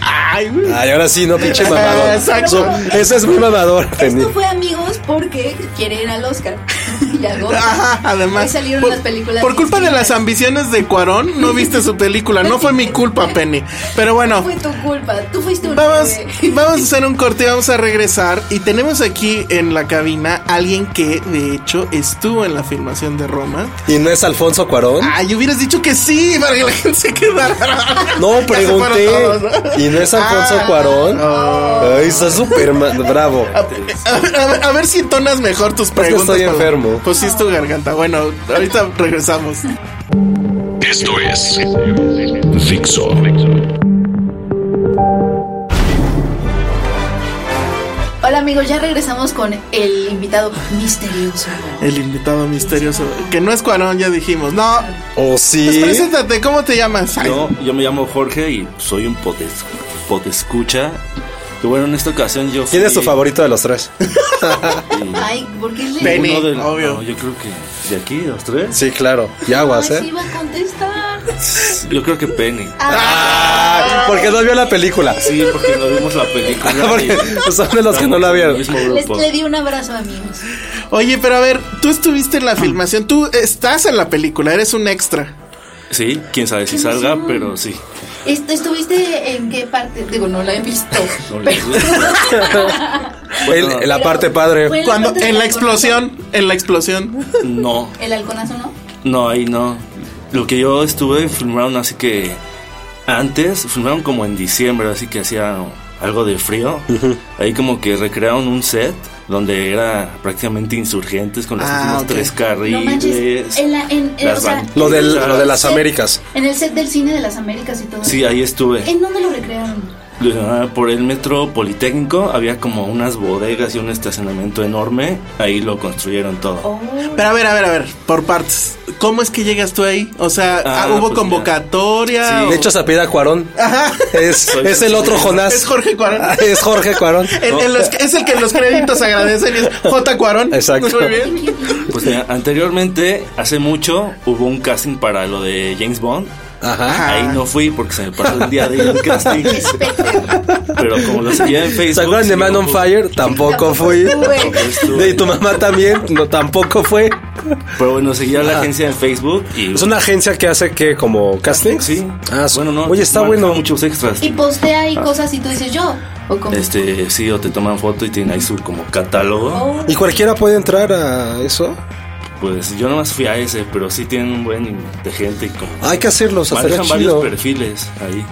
[SPEAKER 4] Ay, güey.
[SPEAKER 3] Ay, ahora sí, no pinche
[SPEAKER 4] Ah,
[SPEAKER 3] mamador.
[SPEAKER 4] Exacto.
[SPEAKER 3] Eso es muy mamador, Penny.
[SPEAKER 5] Esto fue amigos porque quiere ir al Oscar. *laughs* y al Oscar.
[SPEAKER 4] Ajá,
[SPEAKER 5] Ahí
[SPEAKER 4] además.
[SPEAKER 5] salieron
[SPEAKER 4] por,
[SPEAKER 5] las películas.
[SPEAKER 4] por culpa de las
[SPEAKER 5] distintas.
[SPEAKER 4] ambiciones de Cuarón, no viste su película. No fue mi
[SPEAKER 5] *laughs*
[SPEAKER 4] culpa, Penny. Pero bueno,
[SPEAKER 5] Fue tu culpa. Tú fuiste un.
[SPEAKER 4] vamos,
[SPEAKER 5] héroe. *laughs*
[SPEAKER 4] vamos a hacer un corte y vamos a regresar. Y tenemos aquí en la cabina a alguien que, de hecho, estuvo en la filmación de Roma.
[SPEAKER 3] ¿Y no es Alfonso Cuarón?
[SPEAKER 4] Ay, hubieras dicho que sí para que la gente se quedara.
[SPEAKER 3] No,
[SPEAKER 4] Ya se fueron
[SPEAKER 3] pregunté.
[SPEAKER 4] todos, ¿no? Ah,
[SPEAKER 3] ¿Y no es Alfonso Cuarón? Ay, está súper ma- bravo.
[SPEAKER 4] A, a- a ver, a ver si entonas mejor tus
[SPEAKER 3] que
[SPEAKER 4] Ah, preguntas.
[SPEAKER 3] estoy
[SPEAKER 4] Pablo.
[SPEAKER 3] enfermo.
[SPEAKER 4] Pues sí, es tu garganta. Bueno, ahorita regresamos.
[SPEAKER 2] Esto es Dixo.
[SPEAKER 5] Hola amigos, ya regresamos con el invitado misterioso.
[SPEAKER 4] El invitado misterioso, que no es Cuarón, ya dijimos. No,
[SPEAKER 3] ¿O
[SPEAKER 4] pues
[SPEAKER 3] sí?
[SPEAKER 4] preséntate, ¿cómo te llamas? Ay,
[SPEAKER 6] Yo, yo me llamo Jorge y soy un potes, potescucha. Y bueno, en esta ocasión yo
[SPEAKER 3] ¿Quién es tu
[SPEAKER 6] fui-
[SPEAKER 3] favorito de los tres?
[SPEAKER 6] y-
[SPEAKER 5] Ay, ¿por qué le.?
[SPEAKER 4] Penny,
[SPEAKER 6] uno del-
[SPEAKER 4] obvio.
[SPEAKER 6] no, yo creo que de aquí, los tres.
[SPEAKER 3] Sí, claro. Y
[SPEAKER 5] Ay,
[SPEAKER 3] aguas,
[SPEAKER 5] sí
[SPEAKER 3] ¿eh?
[SPEAKER 5] iba a contestar.
[SPEAKER 6] Yo creo que Penny.
[SPEAKER 3] Ah, porque no vio la película.
[SPEAKER 6] Sí, porque no vimos la película. y-
[SPEAKER 3] *laughs* Porque son de los que no la vieron.
[SPEAKER 6] Mismo
[SPEAKER 5] Les,
[SPEAKER 6] grupo.
[SPEAKER 5] le di un abrazo, amigos.
[SPEAKER 4] Oye, pero a ver, tú estuviste en la filmación, tú estás en la película, eres un extra.
[SPEAKER 6] Sí, quién sabe si
[SPEAKER 5] Qué
[SPEAKER 6] salga,
[SPEAKER 5] emoción.
[SPEAKER 6] pero sí.
[SPEAKER 5] Est- ¿Estuviste en qué parte? Digo, no la he visto.
[SPEAKER 6] No le-
[SPEAKER 5] pero-
[SPEAKER 6] Bueno,
[SPEAKER 3] El- la parte
[SPEAKER 5] Fue
[SPEAKER 3] padre.
[SPEAKER 4] Cuando
[SPEAKER 5] parte
[SPEAKER 4] en
[SPEAKER 5] del
[SPEAKER 4] la
[SPEAKER 5] halconazo.
[SPEAKER 4] explosión, en la explosión.
[SPEAKER 6] no,
[SPEAKER 5] *laughs* El halconazo, ¿no?
[SPEAKER 6] no, ahí no. Lo que yo estuve filmaron así que antes, filmaron como en diciembre, así que hacía algo de frío. Ahí como que recrearon un set donde era prácticamente insurgentes con los
[SPEAKER 4] Ah,
[SPEAKER 6] últimos
[SPEAKER 4] ok.
[SPEAKER 6] tres
[SPEAKER 5] No manches.
[SPEAKER 6] carriles.
[SPEAKER 5] En la, en, en-
[SPEAKER 6] las
[SPEAKER 5] o sea,
[SPEAKER 6] van-
[SPEAKER 3] Lo del-
[SPEAKER 5] en
[SPEAKER 3] lo de
[SPEAKER 5] el
[SPEAKER 3] las
[SPEAKER 5] set-
[SPEAKER 3] Américas.
[SPEAKER 5] En el set del cine de las Américas y todo.
[SPEAKER 6] Sí, ahí estuve.
[SPEAKER 5] ¿En dónde lo recrearon?
[SPEAKER 6] Ah, Por el metro Politécnico había como unas bodegas y un estacionamiento enorme. Ahí lo construyeron todo.
[SPEAKER 5] Oh.
[SPEAKER 4] Pero a ver, a ver, a ver, por partes. ¿Cómo es que llegas tú ahí? O sea,
[SPEAKER 6] Ah,
[SPEAKER 4] ¿hubo
[SPEAKER 6] pues ya.
[SPEAKER 4] convocatoria?
[SPEAKER 6] Sí.
[SPEAKER 4] o-
[SPEAKER 3] De hecho, se apellida Cuarón. Es,
[SPEAKER 6] Soy-
[SPEAKER 3] es el otro Jonás.
[SPEAKER 4] Es Jorge Cuarón.
[SPEAKER 3] Ah, *laughs* Es Jorge Cuarón.
[SPEAKER 4] En- en los- es el que en los créditos agradecen, es J. Cuarón.
[SPEAKER 3] Exacto.
[SPEAKER 4] Muy bien.
[SPEAKER 6] Pues mira, anteriormente, hace mucho, hubo un casting para lo de James Bond.
[SPEAKER 3] Ajá.
[SPEAKER 5] Ah.
[SPEAKER 6] Ahí no fui porque se me pasó el día
[SPEAKER 5] *laughs*
[SPEAKER 6] de ir al casting. Pero como lo seguía en Facebook.
[SPEAKER 3] ¿Se acuerdan
[SPEAKER 6] sí,
[SPEAKER 3] de Man
[SPEAKER 6] no
[SPEAKER 3] on
[SPEAKER 6] pude.
[SPEAKER 3] Fire? Tampoco fui.
[SPEAKER 5] Estuve.
[SPEAKER 6] estuve.
[SPEAKER 3] Y tu mamá también. No, tampoco fue.
[SPEAKER 6] Pero bueno, seguía
[SPEAKER 3] Ah.
[SPEAKER 6] la agencia en Facebook y.
[SPEAKER 3] Es una agencia que hace que como castings.
[SPEAKER 6] Sí.
[SPEAKER 3] Ah,
[SPEAKER 6] bueno, no.
[SPEAKER 3] Oye, está
[SPEAKER 6] maneja
[SPEAKER 3] bueno.
[SPEAKER 6] Muchos extras.
[SPEAKER 5] Y postea ahí cosas y tú dices yo. ¿O cómo?
[SPEAKER 6] Este, sí, o te toman foto y tienen ahí su como catálogo.
[SPEAKER 5] Oh.
[SPEAKER 3] ¿Y cualquiera puede entrar a eso?
[SPEAKER 6] Pues yo nomás fui a ese, pero sí tienen un buen de gente y como.
[SPEAKER 3] Hay que hacerlo, o sea, Ah, estaría
[SPEAKER 6] manejan varios
[SPEAKER 3] chido.
[SPEAKER 6] perfiles ahí.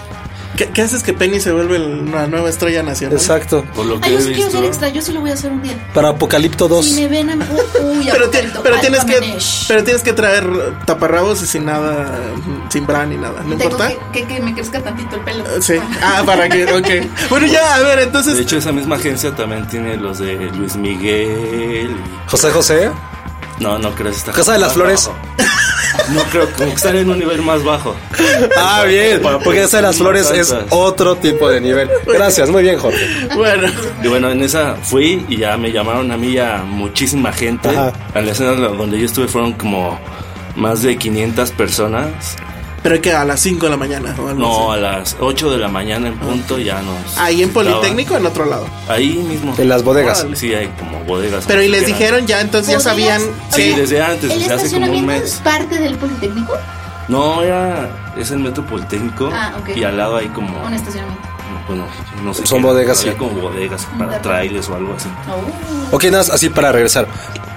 [SPEAKER 4] ¿Qué, qué haces que Penny se vuelve la nueva estrella nacional?
[SPEAKER 3] Exacto.
[SPEAKER 6] Por lo que
[SPEAKER 5] Ay, Ah, yo
[SPEAKER 6] he
[SPEAKER 5] sí quiero
[SPEAKER 6] visto.
[SPEAKER 5] ser extra, yo sí lo voy a hacer un día.
[SPEAKER 3] Para Apocalipto 2.
[SPEAKER 5] Si me ven a mí. Uy,
[SPEAKER 4] Pero, ti-
[SPEAKER 5] Alberto,
[SPEAKER 4] pero tienes que,
[SPEAKER 5] Alcamanesh.
[SPEAKER 4] pero tienes que traer taparrabos y sin nada, sin bra ni nada, ¿no
[SPEAKER 5] Tengo
[SPEAKER 4] importa?
[SPEAKER 5] que, que, que me crezca tantito el pelo.
[SPEAKER 4] Eh, Sí. Ah, para que, ok. Bueno, ya, a ver,
[SPEAKER 6] De
[SPEAKER 4] entonces.
[SPEAKER 6] hecho, esa misma agencia también tiene los de Luis Miguel.
[SPEAKER 3] José José.
[SPEAKER 6] y- No, no creo que está.
[SPEAKER 3] Casa de las Flores.
[SPEAKER 6] *laughs* No creo, como que están en un nivel más bajo.
[SPEAKER 3] Ah, bien. Porque esa de las flores es otro tipo de nivel. Gracias, muy bien, Jorge.
[SPEAKER 4] Bueno,
[SPEAKER 6] Y bueno, en esa fui y ya me llamaron a mí y a muchísima gente.
[SPEAKER 3] Ajá.
[SPEAKER 6] A la escena donde yo estuve fueron como más de 500 personas.
[SPEAKER 4] pero que a las 5 de la mañana o algo
[SPEAKER 6] No,
[SPEAKER 4] así.
[SPEAKER 6] a las 8 de la mañana en punto ya nos.
[SPEAKER 4] Ahí en
[SPEAKER 6] citaban.
[SPEAKER 4] Politécnico, en otro lado.
[SPEAKER 6] Ahí mismo.
[SPEAKER 3] En las bodegas.
[SPEAKER 6] Sí, hay como bodegas.
[SPEAKER 4] Pero y les
[SPEAKER 6] Eran-
[SPEAKER 4] dijeron ya, entonces ya sabían.
[SPEAKER 5] ¿Podrías-
[SPEAKER 6] Sí,
[SPEAKER 5] Oye,
[SPEAKER 6] desde antes,
[SPEAKER 5] ¿El
[SPEAKER 6] desde hace como un
[SPEAKER 5] estacionamiento es
[SPEAKER 6] mes.
[SPEAKER 5] parte del Politécnico?
[SPEAKER 6] No, era. Es el metro politécnico.
[SPEAKER 5] Ah, ok.
[SPEAKER 6] Y al lado hay como.
[SPEAKER 5] Un estacionamiento.
[SPEAKER 6] Bueno, no sé.
[SPEAKER 3] Son
[SPEAKER 6] qué,
[SPEAKER 3] bodegas,
[SPEAKER 6] había
[SPEAKER 3] sí.
[SPEAKER 6] como bodegas para trailers o algo así. *laughs*
[SPEAKER 5] Oh.
[SPEAKER 3] Ok, nada, más así para regresar.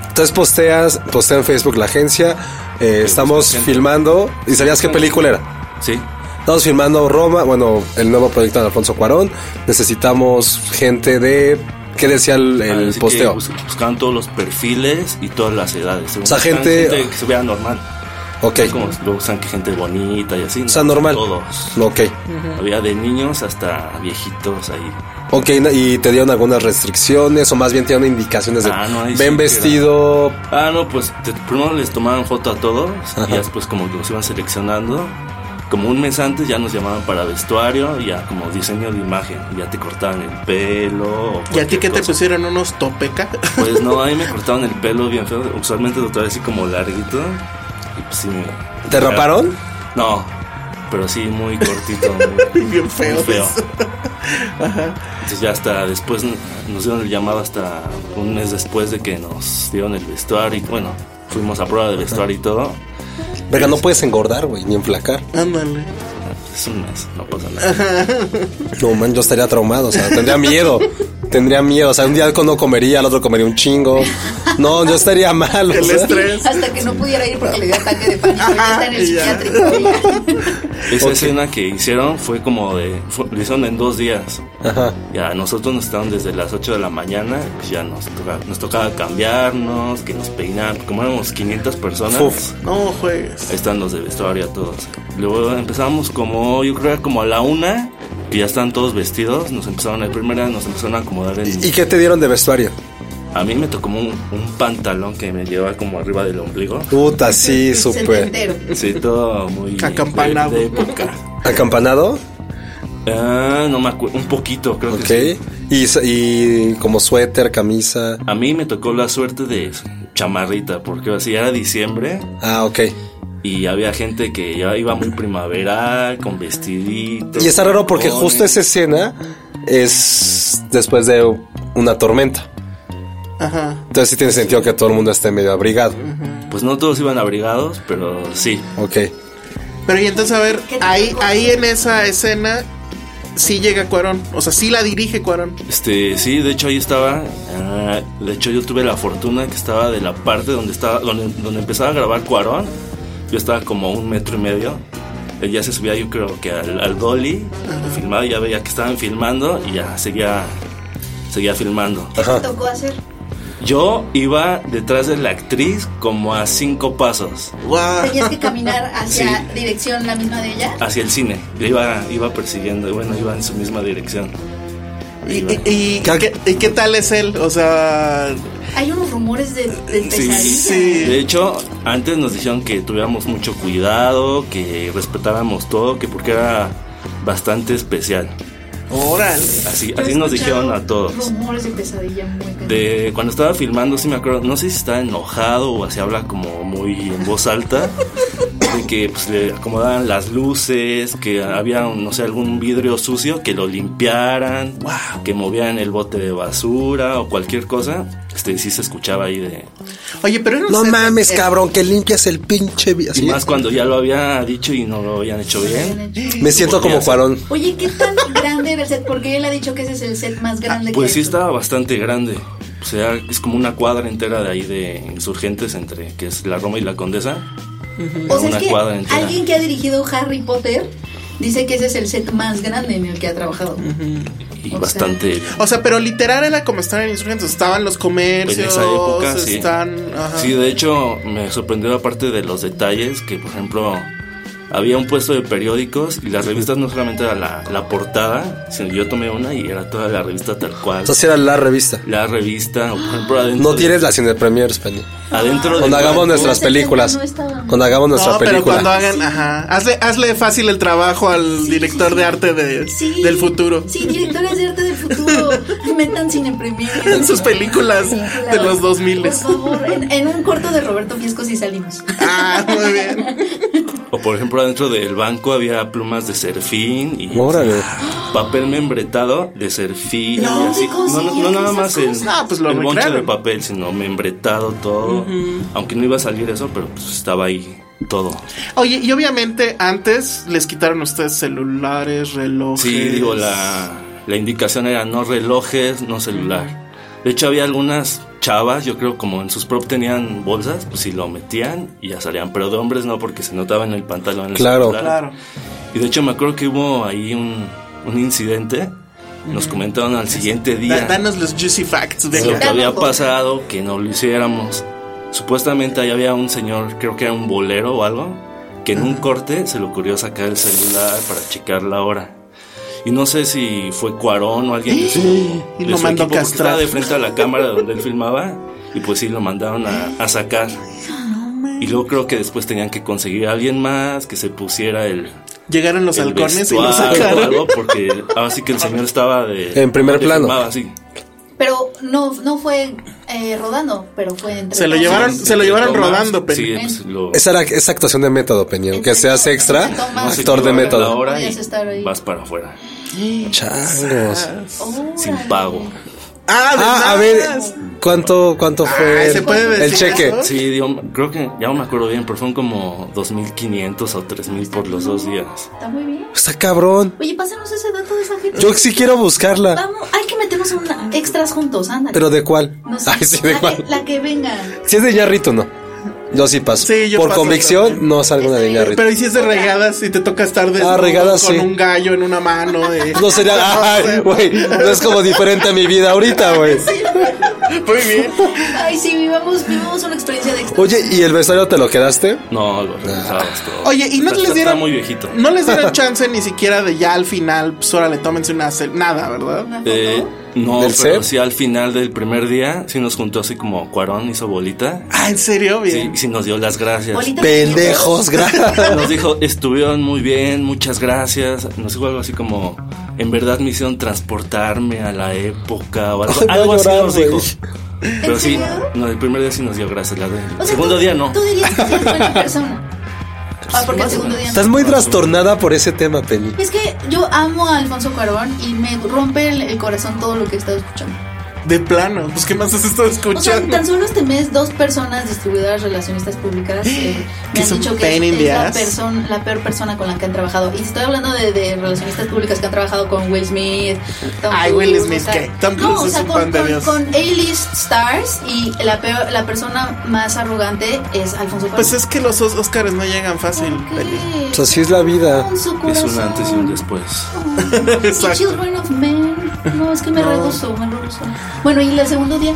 [SPEAKER 3] Entonces posteas, postea en Facebook la agencia. eh, estamos
[SPEAKER 6] gente.
[SPEAKER 3] filmando. ¿Y sabías qué película era?
[SPEAKER 6] Sí.
[SPEAKER 3] Estamos filmando Roma, bueno, el nuevo proyecto de Alfonso Cuarón. Necesitamos gente de. ¿Qué decía el, el
[SPEAKER 6] Ah, Así que
[SPEAKER 3] posteo?
[SPEAKER 6] bus- buscaban todos los perfiles y todas las edades.
[SPEAKER 3] sea,
[SPEAKER 6] Buscaban
[SPEAKER 3] gente-
[SPEAKER 6] que se vea normal.
[SPEAKER 3] Ok.
[SPEAKER 6] Es como lo usan que gente bonita y así.
[SPEAKER 3] O sea, normal.
[SPEAKER 6] Todos.
[SPEAKER 3] Ok.
[SPEAKER 6] Había de niños hasta viejitos ahí.
[SPEAKER 3] Ok, na- y te dieron algunas restricciones o más bien te dieron indicaciones de
[SPEAKER 6] Ah, no, ahí sí
[SPEAKER 3] ven
[SPEAKER 6] que
[SPEAKER 3] vestido.
[SPEAKER 6] Ah, no, pues te- primero les tomaban foto a todos y ya después como que los iban seleccionando. Como un mes antes ya nos llamaban para vestuario, ya como diseño de imagen, ya te cortaban el pelo. o
[SPEAKER 4] ¿Y a ti
[SPEAKER 6] cualquier
[SPEAKER 4] qué te
[SPEAKER 6] cosa.
[SPEAKER 4] pusieron unos
[SPEAKER 6] *laughs*
[SPEAKER 4] topeca?
[SPEAKER 6] Pues no, a mí me cortaron el pelo bien feo, usualmente lo traía así como larguito. Y pues sí me...
[SPEAKER 3] ¿Te raparon?
[SPEAKER 6] No, pero sí muy cortito. muy-
[SPEAKER 4] Bien feo.
[SPEAKER 6] muy feo. Entonces ya hasta después n- nos dieron el llamado hasta un mes después de que nos dieron el vestuario y bueno, fuimos a prueba de vestuario y todo.
[SPEAKER 3] Venga, no puedes engordar, güey, ni enflacar.
[SPEAKER 4] Ándale.
[SPEAKER 6] Es un mes, no pasa nada.
[SPEAKER 3] No, man, yo estaría traumado, o sea, tendría miedo. Tendría miedo, o sea, un día no comería, al otro comería un chingo. No, yo estaría mal. o
[SPEAKER 4] El
[SPEAKER 3] sea.
[SPEAKER 5] este-
[SPEAKER 4] estrés.
[SPEAKER 5] Hasta que no pudiera ir porque le dio ataque de pánico. Ya está en el
[SPEAKER 4] Y ya.
[SPEAKER 5] psiquiátrico.
[SPEAKER 6] Esa escena que hicieron fue como de. fue- lo hicieron en dos días.
[SPEAKER 3] Ajá.
[SPEAKER 6] Ya nosotros nos estaban desde las 8 de la mañana, pues ya nos, toca- nos tocaba cambiarnos, que nos peinaran. Como éramos 500 personas.
[SPEAKER 3] Uf.
[SPEAKER 4] No juegues.
[SPEAKER 6] Ahí están los de vestuario a todos. Luego empezamos como, yo creo que como a la una, que ya están todos vestidos. Nos empezaron, la primera nos empezaron a acomodar en...
[SPEAKER 3] ¿Y qué te dieron de vestuario?
[SPEAKER 6] A mí me tocó un, un pantalón que me llevaba como arriba del ombligo.
[SPEAKER 3] Puta, sí,
[SPEAKER 5] Pues
[SPEAKER 3] súper.
[SPEAKER 5] Setentero.
[SPEAKER 6] Sí, todo muy... de-
[SPEAKER 4] Acampanado.
[SPEAKER 6] De, época.
[SPEAKER 3] ¿Acampanado?
[SPEAKER 6] Ah, no me acuerdo, un poquito creo
[SPEAKER 3] Ok.
[SPEAKER 6] que sí.
[SPEAKER 3] Y, s- y como suéter, camisa.
[SPEAKER 6] A mí me tocó la suerte de chamarrita, porque así era diciembre
[SPEAKER 3] Ah, ok.
[SPEAKER 6] y había gente que ya iba muy primaveral, con vestiditos.
[SPEAKER 3] Y está raro porque
[SPEAKER 6] tacones.
[SPEAKER 3] justo esa escena es después de una tormenta.
[SPEAKER 4] Ajá.
[SPEAKER 3] Entonces sí tiene sentido que todo el mundo esté medio abrigado.
[SPEAKER 6] Pues no todos iban abrigados, pero sí,
[SPEAKER 3] Ok.
[SPEAKER 4] Pero y entonces, a ver,
[SPEAKER 5] ¿Qué te
[SPEAKER 4] ahí,
[SPEAKER 5] tocó?
[SPEAKER 4] ahí en esa escena sí llega Cuarón. O sea, sí la dirige Cuarón.
[SPEAKER 6] Este, sí, de hecho ahí estaba. ah, de hecho yo tuve la fortuna que estaba de la parte donde estaba, donde, donde empezaba a grabar Cuarón. Yo estaba como a un metro y medio. Él ya se subía, yo creo que al, al dolly, filmaba, ya veía que estaban filmando y ya seguía, seguía filmando.
[SPEAKER 5] ¿Qué te tocó hacer?
[SPEAKER 6] Yo iba detrás de la actriz como a cinco pasos
[SPEAKER 4] Guau.
[SPEAKER 5] Tenías que caminar hacia
[SPEAKER 6] Sí.
[SPEAKER 5] dirección la misma de ella.
[SPEAKER 6] hacia el cine. Yo iba, iba persiguiendo, bueno, iba en su misma dirección.
[SPEAKER 4] ¿Y,
[SPEAKER 6] Iba.
[SPEAKER 4] y- y- ¿qué, y qué tal es él? O sea,
[SPEAKER 5] Hay unos rumores de, de
[SPEAKER 6] Sí,
[SPEAKER 5] pesadilla.
[SPEAKER 6] sí. De hecho, antes nos dijeron que tuviéramos mucho cuidado, que respetáramos todo, que porque era bastante especial.
[SPEAKER 4] órale.
[SPEAKER 6] Así,
[SPEAKER 5] Yo he
[SPEAKER 6] así nos
[SPEAKER 5] escuchado
[SPEAKER 6] dijeron a todos.
[SPEAKER 5] Rumores de pesadilla muy de...
[SPEAKER 6] De cuando estaba filmando, sí me acuerdo, no sé si estaba enojado o así habla como muy en voz alta, de que pues, le acomodaban las luces, que había, no sé, algún vidrio sucio, que lo limpiaran, que movían el bote de basura o cualquier cosa. Este sí se escuchaba ahí de,
[SPEAKER 4] Oye, pero era un
[SPEAKER 3] No
[SPEAKER 4] set-
[SPEAKER 3] mames,
[SPEAKER 4] eh,
[SPEAKER 3] cabrón, que limpias el pinche. vi-
[SPEAKER 6] Y
[SPEAKER 3] así.
[SPEAKER 6] más cuando ya lo había dicho y no lo habían hecho bien.
[SPEAKER 3] Me siento como Cuarón.
[SPEAKER 5] Oye, ¿qué tan grande era el set? Porque él ha dicho que ese es el set más grande
[SPEAKER 6] Pues sí
[SPEAKER 5] que
[SPEAKER 6] estaba bastante grande. O sea, es como una cuadra entera de ahí de insurgentes entre que es la Roma y la Condesa.
[SPEAKER 5] O sea,
[SPEAKER 6] una
[SPEAKER 5] es que
[SPEAKER 6] cuadra entera.
[SPEAKER 5] alguien que ha dirigido Harry Potter dice que ese es el set más grande en el que ha trabajado.
[SPEAKER 6] Y
[SPEAKER 5] O sea,
[SPEAKER 6] bastante...
[SPEAKER 4] O sea, pero literal era como estar en insurgentes. Estaban los comercios.
[SPEAKER 6] En esa época, sí.
[SPEAKER 4] Están. ajá.
[SPEAKER 6] Sí, de hecho me sorprendió aparte de los detalles que, por ejemplo, había un puesto de periódicos y las revistas no solamente era la, la portada, sino yo tomé una y era toda la revista tal cual.
[SPEAKER 3] Entonces era la revista.
[SPEAKER 6] La revista, o por ejemplo, adentro...
[SPEAKER 3] No
[SPEAKER 6] de-
[SPEAKER 3] tienes la cine premiers, Penny.
[SPEAKER 6] Adentro del
[SPEAKER 3] Cuando hagamos
[SPEAKER 6] banco-
[SPEAKER 3] nuestras
[SPEAKER 5] Ese tema
[SPEAKER 3] películas.
[SPEAKER 5] no estaba.
[SPEAKER 3] Cuando hagamos nuestra
[SPEAKER 4] no, pero cuando
[SPEAKER 3] película.
[SPEAKER 4] hagan, ajá, hazle, hazle fácil el trabajo al director de arte de,
[SPEAKER 5] Sí.
[SPEAKER 4] del futuro.
[SPEAKER 5] Sí, directores de arte
[SPEAKER 4] *laughs*
[SPEAKER 5] del futuro. Metan sin imprimir.
[SPEAKER 4] En sus películas de los 2000.
[SPEAKER 5] Por favor, en, en un corto de Roberto Fiesco sí salimos.
[SPEAKER 4] Ah, muy bien.
[SPEAKER 6] O por ejemplo, adentro del banco había plumas de serfín y
[SPEAKER 3] Órale.
[SPEAKER 6] papel membretado de serfín.
[SPEAKER 5] No,
[SPEAKER 6] y así.
[SPEAKER 5] ¿dónde consiguieron
[SPEAKER 6] no nada
[SPEAKER 5] esas
[SPEAKER 6] más el,
[SPEAKER 4] cosas? Ah, pues lo
[SPEAKER 6] el bonche de
[SPEAKER 4] recrearon.
[SPEAKER 6] papel, sino membretado todo. Aunque no iba a salir eso, pero pues estaba ahí todo.
[SPEAKER 4] Oye, y obviamente antes les quitaron a ustedes celulares, relojes.
[SPEAKER 6] Sí, digo, la, la indicación era no relojes, no celular. De hecho, había algunas chavas, yo creo, como en sus prop tenían bolsas, pues si lo metían y ya salían. Pero de hombres no, porque se notaba en el pantalón. el
[SPEAKER 3] Claro.
[SPEAKER 6] celular.
[SPEAKER 4] Claro.
[SPEAKER 6] Y de hecho me acuerdo que hubo ahí un, un incidente. Nos comentaron al siguiente
[SPEAKER 4] Da-
[SPEAKER 6] día
[SPEAKER 4] danos los juicy facts.
[SPEAKER 6] lo que
[SPEAKER 4] venga.
[SPEAKER 5] Danos
[SPEAKER 6] había
[SPEAKER 5] cosas.
[SPEAKER 6] pasado, que no lo hiciéramos. Supuestamente ahí había un señor, creo que era un bolero o algo, que en un corte se le ocurrió sacar el celular para checar la hora. Y no sé si fue Cuarón o alguien de su,
[SPEAKER 4] Y
[SPEAKER 6] de
[SPEAKER 4] lo
[SPEAKER 6] su
[SPEAKER 4] mandó
[SPEAKER 6] equipo, porque
[SPEAKER 4] castrar.
[SPEAKER 6] estaba de frente a la cámara donde él filmaba y pues sí lo mandaron a, a sacar. Y luego creo que después tenían que conseguir a alguien más que se pusiera el,
[SPEAKER 4] Llegaron los
[SPEAKER 6] el
[SPEAKER 4] halcones y lo
[SPEAKER 6] vestuario o *laughs*
[SPEAKER 4] sacaron.
[SPEAKER 6] algo, porque ahora sí que el señor estaba de
[SPEAKER 3] En primer
[SPEAKER 6] de
[SPEAKER 3] plano.
[SPEAKER 6] filmaba, sí.
[SPEAKER 5] Pero no, no fue eh, rodando, pero fue entre
[SPEAKER 4] Se lo
[SPEAKER 5] todos.
[SPEAKER 4] llevaron-
[SPEAKER 5] Sí.
[SPEAKER 4] se lo llevaron
[SPEAKER 6] Tomás,
[SPEAKER 4] rodando, pero-
[SPEAKER 6] Sí, pues lo
[SPEAKER 3] Esa, era- esa actuación de método, Peña. Aunque seas extra,
[SPEAKER 5] Tomás.
[SPEAKER 3] actor de
[SPEAKER 5] No sé qué va a
[SPEAKER 3] método.
[SPEAKER 6] pues, Ahora
[SPEAKER 5] Podías estar ahí.
[SPEAKER 6] vas para afuera
[SPEAKER 3] Changos.
[SPEAKER 5] Órale.
[SPEAKER 6] sin pago.
[SPEAKER 4] Ah,
[SPEAKER 3] Ah, a ver, ¿cuánto, cuánto fue
[SPEAKER 4] ¿se
[SPEAKER 3] el-
[SPEAKER 4] puede decir
[SPEAKER 3] el cheque?
[SPEAKER 4] eso?
[SPEAKER 6] Sí, digo, creo que ya no me acuerdo bien, pero fueron como 2.500 o 3.000 por los dos días.
[SPEAKER 5] Está muy bien.
[SPEAKER 3] Está cabrón.
[SPEAKER 5] Oye, pásanos ese dato de esa gente.
[SPEAKER 3] Yo sí quiero buscarla.
[SPEAKER 5] Vamos, hay que meternos una extras juntos, ándale.
[SPEAKER 3] ¿Pero de cuál?
[SPEAKER 5] No sé.
[SPEAKER 3] Ay, sí, de
[SPEAKER 5] la, que,
[SPEAKER 3] cuál.
[SPEAKER 5] la que venga.
[SPEAKER 3] Si es de Yarrito, no. Yo sí paso.
[SPEAKER 4] Sí, yo
[SPEAKER 3] Por
[SPEAKER 4] paso
[SPEAKER 3] convicción,
[SPEAKER 4] también.
[SPEAKER 3] no salgo una de
[SPEAKER 5] Está bien.
[SPEAKER 3] Yarrito.
[SPEAKER 4] Pero y si es de regadas y te toca estar de
[SPEAKER 3] Ah, regadas,
[SPEAKER 4] con
[SPEAKER 3] sí.
[SPEAKER 4] un gallo en una mano.
[SPEAKER 3] *laughs*
[SPEAKER 4] eh.
[SPEAKER 3] No
[SPEAKER 4] *laughs*
[SPEAKER 3] sería. Ay,
[SPEAKER 4] sé.
[SPEAKER 3] güey. No es como diferente a mi vida ahorita, güey. *laughs*
[SPEAKER 4] Muy bien.
[SPEAKER 5] Ay, sí, vivamos, vivamos una experiencia de extras.
[SPEAKER 3] Oye, ¿y el vestuario te lo quedaste?
[SPEAKER 6] No, lo
[SPEAKER 3] Ah.
[SPEAKER 6] regresabas todo.
[SPEAKER 4] Oye, ¿y no
[SPEAKER 6] Está-
[SPEAKER 4] les
[SPEAKER 6] está-
[SPEAKER 4] dieron-
[SPEAKER 6] Está muy viejito.
[SPEAKER 4] No les dieron chance ni siquiera de ya al final, pues órale, tómense una cel- nada, ¿verdad?
[SPEAKER 5] Una foto.
[SPEAKER 6] Eh, no,
[SPEAKER 3] ¿Del
[SPEAKER 6] pero
[SPEAKER 3] set?
[SPEAKER 6] sí al final del primer día, sí nos juntó así como Cuarón hizo bolita.
[SPEAKER 4] Ah, ¿en serio?
[SPEAKER 6] Sí,
[SPEAKER 4] Bien.
[SPEAKER 6] sí nos dio las gracias.
[SPEAKER 5] Bolita de
[SPEAKER 3] Pendejos, gracias.
[SPEAKER 6] Nos dijo, estuvieron muy bien, muchas gracias. Nos dijo algo así como, en verdad me hicieron transportarme a la época o algo,
[SPEAKER 3] Ay, voy a
[SPEAKER 6] algo así
[SPEAKER 3] llorar,
[SPEAKER 6] nos
[SPEAKER 3] güey.
[SPEAKER 6] dijo. Pero
[SPEAKER 5] ¿En
[SPEAKER 6] sí,
[SPEAKER 5] serio?
[SPEAKER 6] no, el primer día sí nos dio gracias. La
[SPEAKER 5] O sea,
[SPEAKER 6] segundo
[SPEAKER 5] tú-
[SPEAKER 6] día no.
[SPEAKER 5] Tú dirías que sí es
[SPEAKER 6] *laughs*
[SPEAKER 5] buena persona. Ah, porque el segundo día no.
[SPEAKER 3] Estás muy trastornada por ese tema, Penny.
[SPEAKER 5] Es que yo amo a Alfonso Cuarón y me rompe el, el corazón todo lo que he estado escuchando.
[SPEAKER 4] De plano. Pues, ¿qué más has estado
[SPEAKER 5] O sea,
[SPEAKER 4] escuchando?
[SPEAKER 5] tan solo este mes dos personas distribuidoras relacionistas
[SPEAKER 4] *gasps*
[SPEAKER 5] públicas eh,
[SPEAKER 4] Que
[SPEAKER 5] me han
[SPEAKER 4] son
[SPEAKER 5] dicho
[SPEAKER 4] pain
[SPEAKER 5] que
[SPEAKER 4] in
[SPEAKER 5] es,
[SPEAKER 4] the
[SPEAKER 5] la,
[SPEAKER 4] ass.
[SPEAKER 5] perso- la peor persona con la que han trabajado. Y estoy hablando de, de relacionistas públicas que han trabajado con Will Smith. Tom
[SPEAKER 4] Ay,
[SPEAKER 5] Cruise,
[SPEAKER 4] Will Smith,
[SPEAKER 5] o sea,
[SPEAKER 4] ¿qué? Tom
[SPEAKER 5] no,
[SPEAKER 4] Cruise
[SPEAKER 5] o
[SPEAKER 4] es
[SPEAKER 5] sea,
[SPEAKER 4] un
[SPEAKER 5] con,
[SPEAKER 4] pan de
[SPEAKER 5] con-
[SPEAKER 4] Dios.
[SPEAKER 5] con A-list stars y la peor, la persona más arrogante es Alfonso Cuarón.
[SPEAKER 4] Pues es que los Oscars no llegan fácil, *laughs* Penny.
[SPEAKER 5] ¿Qué?
[SPEAKER 3] O sea, así es la vida.
[SPEAKER 5] Con su
[SPEAKER 6] Es un
[SPEAKER 5] corazón.
[SPEAKER 6] antes y un después.
[SPEAKER 5] Y Children of Men. No, es que me rehuso, me rehuso. Bueno, y el segundo día,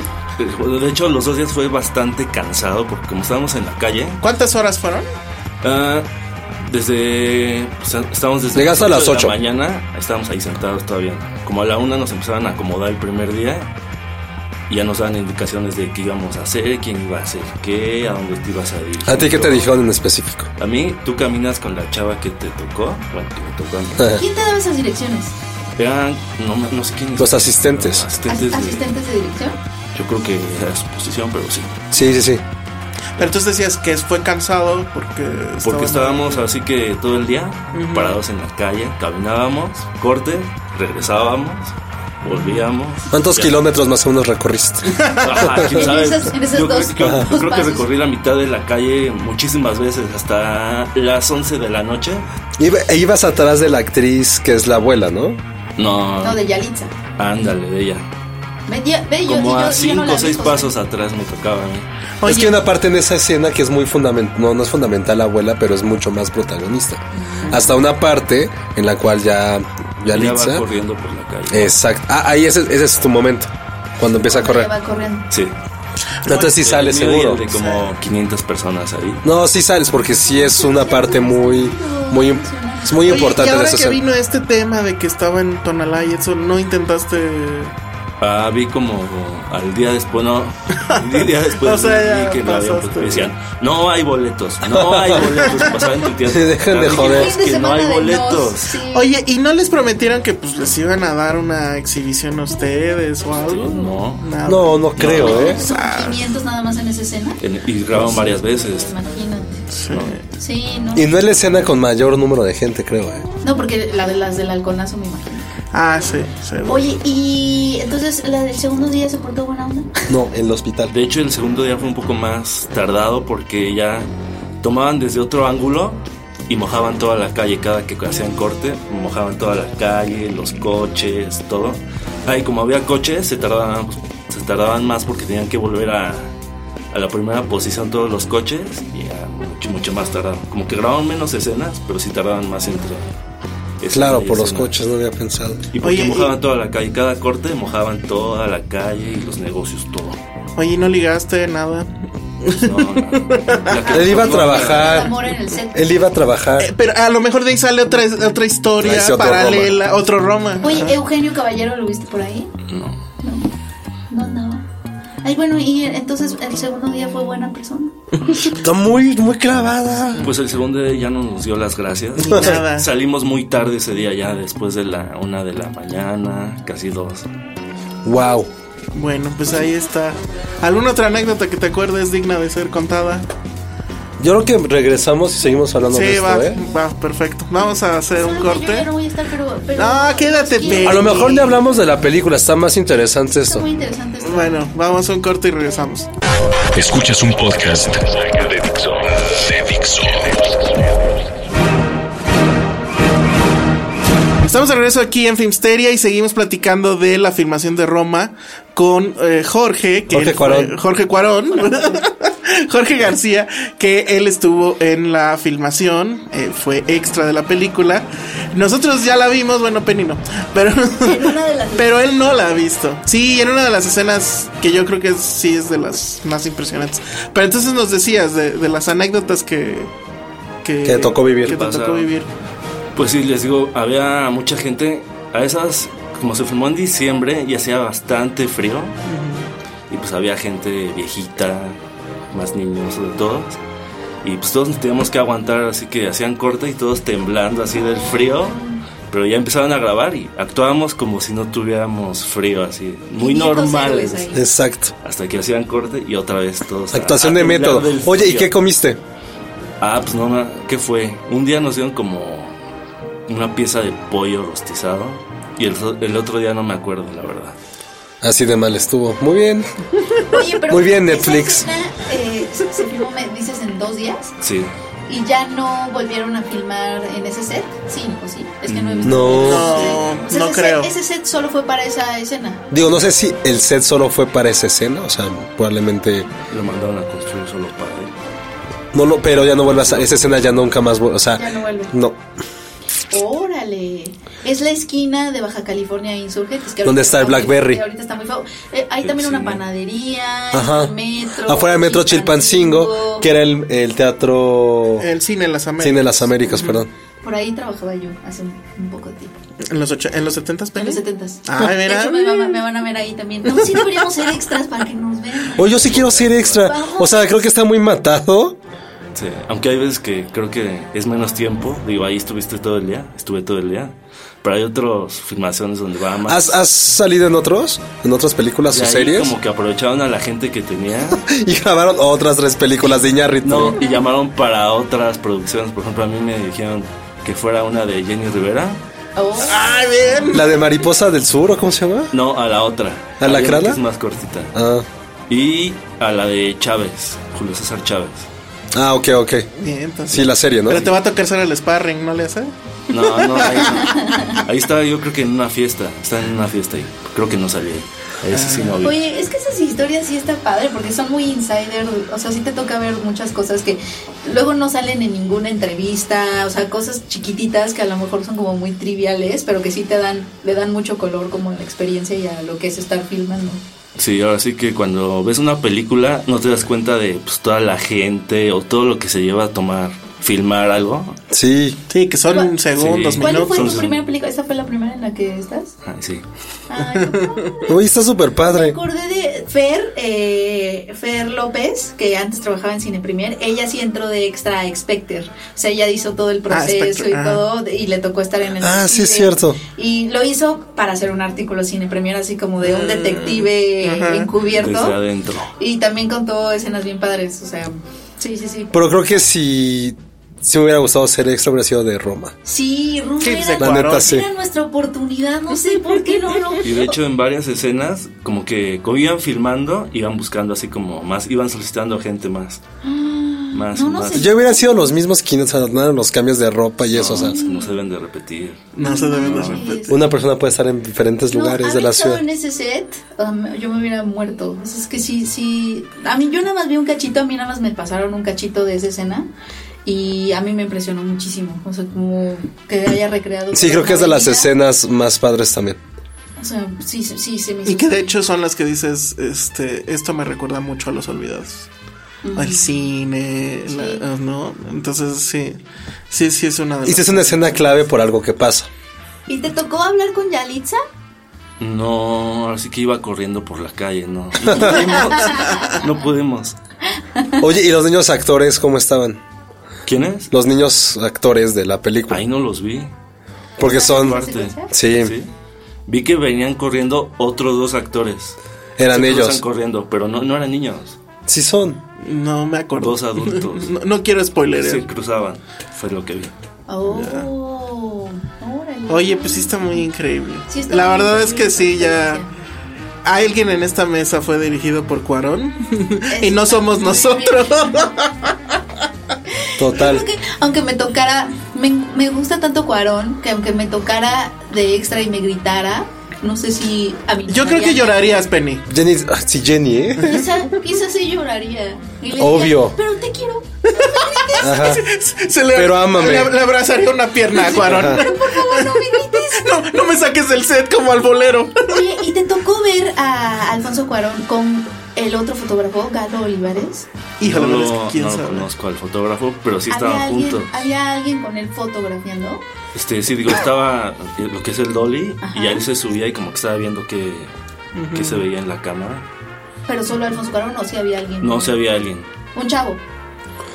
[SPEAKER 6] De hecho, los dos días fue bastante cansado porque como estábamos en la calle,
[SPEAKER 4] ¿Cuántas horas fueron?
[SPEAKER 6] ah, desde... pues, estábamos desde
[SPEAKER 3] Llegaste a las
[SPEAKER 6] ocho de la
[SPEAKER 3] ocho.
[SPEAKER 6] mañana, estábamos ahí sentados todavía. Como a la una nos empezaron a acomodar el primer día y ya nos daban indicaciones de qué íbamos a hacer, quién iba a hacer qué, a dónde te ibas a ir.
[SPEAKER 3] ¿A ti qué te dijeron en específico?
[SPEAKER 6] A mí, tú caminas con la chava que te tocó, bueno, que me tocó a mí.
[SPEAKER 3] Ah,
[SPEAKER 5] ¿quién te daba esas direcciones?
[SPEAKER 6] Eran, no, me- no sé quiénes.
[SPEAKER 3] Los asistentes.
[SPEAKER 6] Asistentes
[SPEAKER 5] As-
[SPEAKER 6] de-
[SPEAKER 5] ¿Asistentes de dirección?
[SPEAKER 6] yo creo que era su posición, pero sí.
[SPEAKER 3] Sí, sí, sí.
[SPEAKER 4] Pero entonces decías que fue cansado porque...
[SPEAKER 6] Porque
[SPEAKER 4] estaban-
[SPEAKER 6] estábamos así que todo el día parados en la calle, caminábamos, corte, regresábamos, volvíamos.
[SPEAKER 3] ¿Cuántos
[SPEAKER 6] Ya.
[SPEAKER 3] kilómetros más o menos
[SPEAKER 6] *laughs*
[SPEAKER 3] recorriste?
[SPEAKER 6] Ajá,
[SPEAKER 5] *laughs*
[SPEAKER 6] quién
[SPEAKER 5] En
[SPEAKER 6] sabe.
[SPEAKER 5] esas- en esas
[SPEAKER 6] yo, creo
[SPEAKER 5] dos-
[SPEAKER 6] que- yo- yo
[SPEAKER 5] dos
[SPEAKER 6] creo que
[SPEAKER 5] pasos.
[SPEAKER 6] recorrí la mitad de la calle muchísimas veces, hasta las 11 de la noche.
[SPEAKER 3] Iba- e ibas atrás de la actriz que es la abuela, ¿no?
[SPEAKER 6] No,
[SPEAKER 5] No, de Yalitza.
[SPEAKER 6] ándale, de ella.
[SPEAKER 5] Ve, ya- ve, yo-
[SPEAKER 6] Como
[SPEAKER 5] yo-
[SPEAKER 6] a
[SPEAKER 5] yo no
[SPEAKER 6] 5
[SPEAKER 5] la
[SPEAKER 6] o
[SPEAKER 5] vi,
[SPEAKER 6] 6
[SPEAKER 5] o sea,
[SPEAKER 6] pasos atrás me tocaba ¿eh? a mí.
[SPEAKER 4] Oye,
[SPEAKER 3] Es que hay una parte en esa escena que es muy fundamental, no, no es fundamental la abuela, pero es mucho más protagonista. Hasta una parte en la cual ya, ya
[SPEAKER 6] Ella
[SPEAKER 3] Litza-
[SPEAKER 6] va corriendo por la calle.
[SPEAKER 3] Exacto. Ah, ahí ese, ese es tu momento, cuando empieza a correr.
[SPEAKER 5] va corriendo.
[SPEAKER 6] Sí.
[SPEAKER 3] Entonces sí sales
[SPEAKER 6] El mío y
[SPEAKER 3] seguro.
[SPEAKER 6] el de como 500 personas ahí.
[SPEAKER 3] No, sí sales porque sí es una parte muy, muy, es muy
[SPEAKER 4] Oye,
[SPEAKER 3] importante
[SPEAKER 4] y
[SPEAKER 3] de
[SPEAKER 4] ahora
[SPEAKER 3] esa
[SPEAKER 4] que
[SPEAKER 3] escena.
[SPEAKER 4] vino este tema de que estaba en Tonalá y eso, ¿no intentaste...?
[SPEAKER 6] Ah, vi como al día
[SPEAKER 4] *laughs*
[SPEAKER 6] después, no, el día después
[SPEAKER 4] O sea,
[SPEAKER 6] vi
[SPEAKER 4] ya
[SPEAKER 6] que no había, pues,
[SPEAKER 4] pasaste.
[SPEAKER 6] me decían, no hay boletos, no hay boletos, pasaba en tu tienda.
[SPEAKER 3] Dejen de
[SPEAKER 6] Ah, dije,
[SPEAKER 3] joder.
[SPEAKER 6] "Es que no hay boletos.
[SPEAKER 4] Oye, ¿y no les prometieron que pues les iban a dar una exhibición a ustedes o algo?
[SPEAKER 6] no.
[SPEAKER 4] Nada.
[SPEAKER 3] No, no creo,
[SPEAKER 6] No.
[SPEAKER 3] ¿eh?
[SPEAKER 5] Son 500 nada más en esa escena.
[SPEAKER 6] En- Y grabaron varias veces.
[SPEAKER 5] Imagínate.
[SPEAKER 4] Sí.
[SPEAKER 5] Sí, no.
[SPEAKER 3] Y no es la escena con mayor número de gente, creo, ¿eh?
[SPEAKER 5] No, porque la de las del halconazo me imagino.
[SPEAKER 4] Ah, sí, sí.
[SPEAKER 5] Oye, y entonces la del segundo día se portó buena onda.
[SPEAKER 3] No, en el hospital.
[SPEAKER 6] De hecho, el segundo día fue un poco más tardado porque ya tomaban desde otro ángulo y mojaban toda la calle. Cada que hacían corte, mojaban toda la calle, los coches, todo. Ahí, como había coches, se tardaban, se tardaban más porque tenían que volver a, a la primera posición todos los coches y ya mucho, mucho más tardado. Como que grababan menos escenas, pero sí tardaban más entre. escena
[SPEAKER 3] Claro,
[SPEAKER 6] y
[SPEAKER 3] por los
[SPEAKER 6] escena.
[SPEAKER 3] coches no había pensado.
[SPEAKER 6] Y porque
[SPEAKER 4] Oye, y-
[SPEAKER 6] mojaban toda la calle, cada corte mojaban toda la calle y los negocios, todo.
[SPEAKER 4] Oye, ¿no ligaste nada?
[SPEAKER 6] Pues no, no. La que-
[SPEAKER 3] *laughs* Él iba a
[SPEAKER 6] no,
[SPEAKER 3] trabajar.
[SPEAKER 5] Amor en el set.
[SPEAKER 3] Él iba a trabajar.
[SPEAKER 4] Eh, pero a lo mejor de ahí sale otra, otra historia
[SPEAKER 3] Ahí sí, otro
[SPEAKER 4] paralela, otro Roma.
[SPEAKER 5] Oye, Eugenio Caballero, ¿lo viste por ahí?
[SPEAKER 6] No.
[SPEAKER 5] No, no. Ay, bueno, y entonces el segundo día fue buena persona.
[SPEAKER 3] Está muy, muy clavada.
[SPEAKER 6] Pues el segundo día ya no nos dio las gracias.
[SPEAKER 4] Ni nada.
[SPEAKER 6] Salimos muy tarde ese día ya, después de la una de la mañana, casi dos.
[SPEAKER 3] Wow.
[SPEAKER 4] Bueno, pues ahí está. ¿Alguna otra anécdota que te acuerdes digna de ser contada?
[SPEAKER 3] Yo creo que regresamos y seguimos hablando
[SPEAKER 4] sí,
[SPEAKER 3] de esto,
[SPEAKER 4] va,
[SPEAKER 3] ¿eh?
[SPEAKER 4] va, perfecto. Vamos a hacer un
[SPEAKER 5] Ay, Yo ya
[SPEAKER 4] corte.
[SPEAKER 5] no voy a estar, pero. pero
[SPEAKER 4] No, quédate,
[SPEAKER 5] Quiero-
[SPEAKER 3] A lo mejor le hablamos de la película, está más interesante
[SPEAKER 5] Está
[SPEAKER 3] esto.
[SPEAKER 5] muy interesante esto.
[SPEAKER 4] Bueno, vamos a un corte y regresamos.
[SPEAKER 2] Escuchas un podcast de Dixo. De Dixo.
[SPEAKER 4] Estamos de regreso aquí en Filmsteria y seguimos platicando de la filmación de Roma con eh, Jorge, que
[SPEAKER 3] Jorge
[SPEAKER 4] él fue-
[SPEAKER 3] Cuarón.
[SPEAKER 4] Jorge Cuarón.
[SPEAKER 3] *laughs*
[SPEAKER 4] Jorge García, que él estuvo en la filmación, eh, fue extra de la película. Nosotros ya la vimos, bueno, Penny no, pero, *laughs*
[SPEAKER 5] En una de las-
[SPEAKER 4] pero él no la ha visto. Sí, en una de las escenas que yo creo que sí es de las más impresionantes. Pero entonces nos decías de, de las anécdotas que... Que,
[SPEAKER 3] Que tocó vivir.
[SPEAKER 4] Que te tocó
[SPEAKER 6] Pasaron.
[SPEAKER 4] vivir.
[SPEAKER 6] Pues sí, les digo, había mucha gente. A esas, como se filmó en diciembre y hacía bastante frío. Y pues había gente viejita, más niños de todos. Y pues todos nos teníamos que aguantar, así que hacían corte y todos temblando así del frío. Pero ya empezaban a grabar y actuábamos como si no tuviéramos frío, así, muy
[SPEAKER 5] Quinientos
[SPEAKER 6] normales.
[SPEAKER 5] héroes ahí.
[SPEAKER 3] Exacto.
[SPEAKER 6] Hasta que hacían corte y otra vez todos. a-
[SPEAKER 3] Actuación de
[SPEAKER 6] a temblar
[SPEAKER 3] método.
[SPEAKER 6] del
[SPEAKER 3] Oye, ¿y
[SPEAKER 6] frío.
[SPEAKER 3] qué comiste?
[SPEAKER 6] Ah, pues no, ma- ¿qué fue? Un día nos dieron como una pieza de pollo rostizado y el, so- el otro día no me acuerdo, la verdad.
[SPEAKER 3] Así de mal estuvo. Muy bien.
[SPEAKER 5] Oye, pero
[SPEAKER 3] Muy bien,
[SPEAKER 5] esa
[SPEAKER 3] Netflix.
[SPEAKER 5] escena, eh, se se filmó, me dices, en dos días.
[SPEAKER 6] Sí.
[SPEAKER 5] Y ya no volvieron a filmar en ese set. Sí, o sí. Es que no he visto.
[SPEAKER 3] No.
[SPEAKER 4] No,
[SPEAKER 5] O sea,
[SPEAKER 4] no
[SPEAKER 5] ese
[SPEAKER 4] creo.
[SPEAKER 5] Set, ese set solo fue para esa escena.
[SPEAKER 3] Digo, no sé si el set solo fue para esa escena, o sea, probablemente
[SPEAKER 6] Lo mandaron a construir solo para él.
[SPEAKER 3] no lo, pero ya no vuelve a sa- esa escena ya nunca más, vuel- o sea,
[SPEAKER 5] Ya no vuelve.
[SPEAKER 3] no.
[SPEAKER 5] Órale. Es la esquina de Baja California Insurgentes. que
[SPEAKER 3] ¿Dónde
[SPEAKER 5] ahorita
[SPEAKER 3] está el
[SPEAKER 5] muy-
[SPEAKER 3] Blackberry?
[SPEAKER 5] que ahorita está muy feo. Eh, hay también
[SPEAKER 6] Sí.
[SPEAKER 5] una panadería,
[SPEAKER 3] Ajá.
[SPEAKER 5] el metro.
[SPEAKER 3] Afuera del metro Chilpancingo, que era el, el teatro
[SPEAKER 4] El cine en las Américas.
[SPEAKER 3] Cine de las Américas, perdón.
[SPEAKER 5] Por ahí trabajaba yo hace un, un poco de tiempo.
[SPEAKER 4] ¿En los, ocho- en los 70s,
[SPEAKER 5] En
[SPEAKER 4] Penny?
[SPEAKER 5] los 70s.
[SPEAKER 4] Ay,
[SPEAKER 5] de
[SPEAKER 4] mira.
[SPEAKER 5] hecho, me, va- me van a ver ahí también. No, sí deberíamos ser extras para que nos vean.
[SPEAKER 3] Oye, yo sí quiero ser extra, o sea, creo que está muy matado.
[SPEAKER 6] Sí. Aunque hay veces que creo que es menos tiempo. Digo, ahí estuviste todo el día, estuve todo el día. Pero hay otras filmaciones donde va más.
[SPEAKER 3] ¿Has, has salido en otros, en otras películas
[SPEAKER 6] Y
[SPEAKER 3] o
[SPEAKER 6] ahí
[SPEAKER 3] series?
[SPEAKER 6] Como que aprovecharon a la gente que tenía.
[SPEAKER 3] *laughs* Y grabaron otras tres películas de Iñárritu.
[SPEAKER 6] No, y llamaron para otras producciones. Por ejemplo, a mí me dijeron que fuera una de Jenny Rivera.
[SPEAKER 5] Oh.
[SPEAKER 4] Ay, bien.
[SPEAKER 3] La de Mariposa del Sur, ¿o cómo se llama?
[SPEAKER 6] No, a la otra.
[SPEAKER 3] ¿A la
[SPEAKER 6] Había una
[SPEAKER 3] Crada?
[SPEAKER 6] que Es más cortita.
[SPEAKER 3] Ah,
[SPEAKER 6] Y a la de Chávez, Julio César Chávez.
[SPEAKER 3] ah ok, ok.
[SPEAKER 4] Bien, entonces.
[SPEAKER 3] Sí, la serie, ¿no?
[SPEAKER 4] Pero te va a tocar ser el sparring, ¿no le hace?
[SPEAKER 6] No, no, ahí, no. Ahí estaba yo creo que en una fiesta. Estaba en una fiesta y creo que no salí. ahí. Ahí sí, sí no vi.
[SPEAKER 5] Oye, es que esas historias sí está padre porque son muy insider, o sea, sí te toca ver muchas cosas que luego no salen en ninguna entrevista, o sea, cosas chiquititas que a lo mejor son como muy triviales, pero que sí te dan, le dan mucho color como a la experiencia y a lo que es estar filmando.
[SPEAKER 6] Sí, ahora sí que cuando ves una película no te das cuenta de pues, toda la gente o todo lo que se lleva a tomar, filmar algo.
[SPEAKER 3] Sí.
[SPEAKER 4] Sí, que son
[SPEAKER 5] ¿Cuál-
[SPEAKER 4] segundos,
[SPEAKER 6] Sí.
[SPEAKER 5] ¿Cuál
[SPEAKER 4] minutos.
[SPEAKER 5] fue tu
[SPEAKER 6] entonces-
[SPEAKER 5] primera película? ¿Esta fue la primera en la que estás?
[SPEAKER 6] Ay, sí.
[SPEAKER 5] Ay, no.
[SPEAKER 3] Uy, está súper
[SPEAKER 5] Me
[SPEAKER 3] padre.
[SPEAKER 5] acordé de Fer, eh, Fer López, que antes trabajaba en Cine Premier. Ella sí entró de extra a Spectre. O sea, ella hizo todo el proceso
[SPEAKER 4] Spectre,
[SPEAKER 5] y
[SPEAKER 4] ah.
[SPEAKER 5] todo, de- y le tocó estar en el.
[SPEAKER 3] Ah, sí,
[SPEAKER 5] cine.
[SPEAKER 3] es cierto.
[SPEAKER 5] Y lo hizo para hacer un artículo Cine Premier, así como de un
[SPEAKER 3] Ah,
[SPEAKER 5] detective
[SPEAKER 4] ajá.
[SPEAKER 6] Desde
[SPEAKER 5] encubierto.
[SPEAKER 6] adentro.
[SPEAKER 5] Y también contó escenas bien padres. O sea, sí, sí, sí.
[SPEAKER 3] Pero creo que si, si me hubiera gustado ser extra, hubiera sido de Roma.
[SPEAKER 5] Sí, Rubén,
[SPEAKER 4] Sí, pues, de
[SPEAKER 5] era,
[SPEAKER 3] La neta,
[SPEAKER 4] Cuarón.
[SPEAKER 3] sí.
[SPEAKER 5] era nuestra oportunidad. No sé por qué no lo.
[SPEAKER 6] Y de hecho en varias escenas como que como iban filmando, iban buscando así como más, iban solicitando gente más.
[SPEAKER 5] Ah,
[SPEAKER 6] Más,
[SPEAKER 5] no,
[SPEAKER 6] y
[SPEAKER 5] no
[SPEAKER 6] más.
[SPEAKER 5] sé.
[SPEAKER 3] Yo hubieran sido los mismos 500 los cambios de ropa y eso, o sea.
[SPEAKER 6] No, no se deben de repetir.
[SPEAKER 4] No se deben de repetir.
[SPEAKER 3] Una persona puede estar en diferentes lugares
[SPEAKER 5] no,
[SPEAKER 3] de la
[SPEAKER 5] haber estado
[SPEAKER 3] ciudad.
[SPEAKER 5] en ese set, um, yo me hubiera muerto. O sea, es que sí, sí. A mí, yo nada más vi un cachito, a mí nada más me pasaron un cachito de esa escena. Y a mí me impresionó muchísimo. O sea, como que haya recreado.
[SPEAKER 3] Sí,
[SPEAKER 5] toda
[SPEAKER 3] creo que es de
[SPEAKER 5] una
[SPEAKER 3] las
[SPEAKER 5] vida.
[SPEAKER 3] escenas más padres también.
[SPEAKER 5] O sea, sí, sí, sí, se me hizo.
[SPEAKER 4] Y que de hecho son las que dices, este, esto me recuerda mucho a los olvidados. al cine, la- ah, ¿no? Entonces, sí, sí, sí es una de
[SPEAKER 3] Y
[SPEAKER 4] las-
[SPEAKER 3] esta es una escena clave por algo que pasa.
[SPEAKER 5] ¿Y te tocó hablar con Yalitza?
[SPEAKER 6] No, así que iba corriendo por la calle, no. No
[SPEAKER 4] *laughs*
[SPEAKER 6] pudimos. No pudimos.
[SPEAKER 3] Oye, ¿y los niños actores cómo estaban?
[SPEAKER 6] ¿Quién es?
[SPEAKER 3] Los niños actores de la película.
[SPEAKER 6] Ahí no los vi.
[SPEAKER 3] porque son...
[SPEAKER 6] Parte.
[SPEAKER 3] Sí,
[SPEAKER 6] Sí. Vi que venían corriendo otros dos actores.
[SPEAKER 3] eran
[SPEAKER 6] Se cruzan
[SPEAKER 3] ellos.
[SPEAKER 6] corriendo, pero no, no eran niños.
[SPEAKER 3] Sí son.
[SPEAKER 4] No me acuerdo.
[SPEAKER 6] Dos
[SPEAKER 4] *laughs*
[SPEAKER 6] adultos.
[SPEAKER 4] No, no quiero spoiler. ¿eh?
[SPEAKER 6] Se cruzaban. Fue lo que vi.
[SPEAKER 5] Oh, órale.
[SPEAKER 4] Oye, pues sí está muy increíble.
[SPEAKER 5] Sí está
[SPEAKER 4] la
[SPEAKER 5] muy
[SPEAKER 4] verdad es
[SPEAKER 5] increíble
[SPEAKER 4] que sí,
[SPEAKER 5] esta
[SPEAKER 4] ya...
[SPEAKER 5] experiencia.
[SPEAKER 4] Alguien en esta mesa fue dirigido por
[SPEAKER 5] *laughs*
[SPEAKER 4] Cuarón y
[SPEAKER 5] Eso
[SPEAKER 4] no
[SPEAKER 5] está
[SPEAKER 4] somos
[SPEAKER 5] muy
[SPEAKER 4] nosotros.
[SPEAKER 3] Total.
[SPEAKER 5] Creo que aunque me tocara, me, me gusta tanto Cuarón que aunque me tocara de extra y me gritara, no sé si a mí.
[SPEAKER 4] Yo creo que llorarías, Penny.
[SPEAKER 3] Jenny, ah, sí, Jenny, ¿eh?
[SPEAKER 5] Quizá, quizá sí lloraría. Y le
[SPEAKER 3] Obvio.
[SPEAKER 5] diría, Pero te quiero. No me grites.
[SPEAKER 3] Ajá.
[SPEAKER 4] Se le,
[SPEAKER 3] Pero ámame.
[SPEAKER 4] Le, le abrazaría una pierna a Cuarón.
[SPEAKER 5] Por favor, no me grites.
[SPEAKER 4] No, no me saques del set como al bolero.
[SPEAKER 5] Oye, ¿y te tocó ver a Alfonso Cuarón con el otro fotógrafo, Galo Olivares?
[SPEAKER 4] Híjole,
[SPEAKER 6] no
[SPEAKER 4] pero es que
[SPEAKER 6] lo,
[SPEAKER 4] quién
[SPEAKER 6] no lo
[SPEAKER 4] sabe.
[SPEAKER 6] conozco al fotógrafo, pero sí
[SPEAKER 5] ¿Había
[SPEAKER 6] estaban
[SPEAKER 5] alguien,
[SPEAKER 6] juntos.
[SPEAKER 5] había alguien con él fotografiando.
[SPEAKER 6] Este, sí, digo, estaba lo que es el dolly
[SPEAKER 5] Ajá.
[SPEAKER 6] y él se subía y como que estaba viendo que, que se veía en la cámara.
[SPEAKER 5] Pero solo Alfonso Cuarón o si había alguien.
[SPEAKER 6] No, se había alguien.
[SPEAKER 5] Un chavo.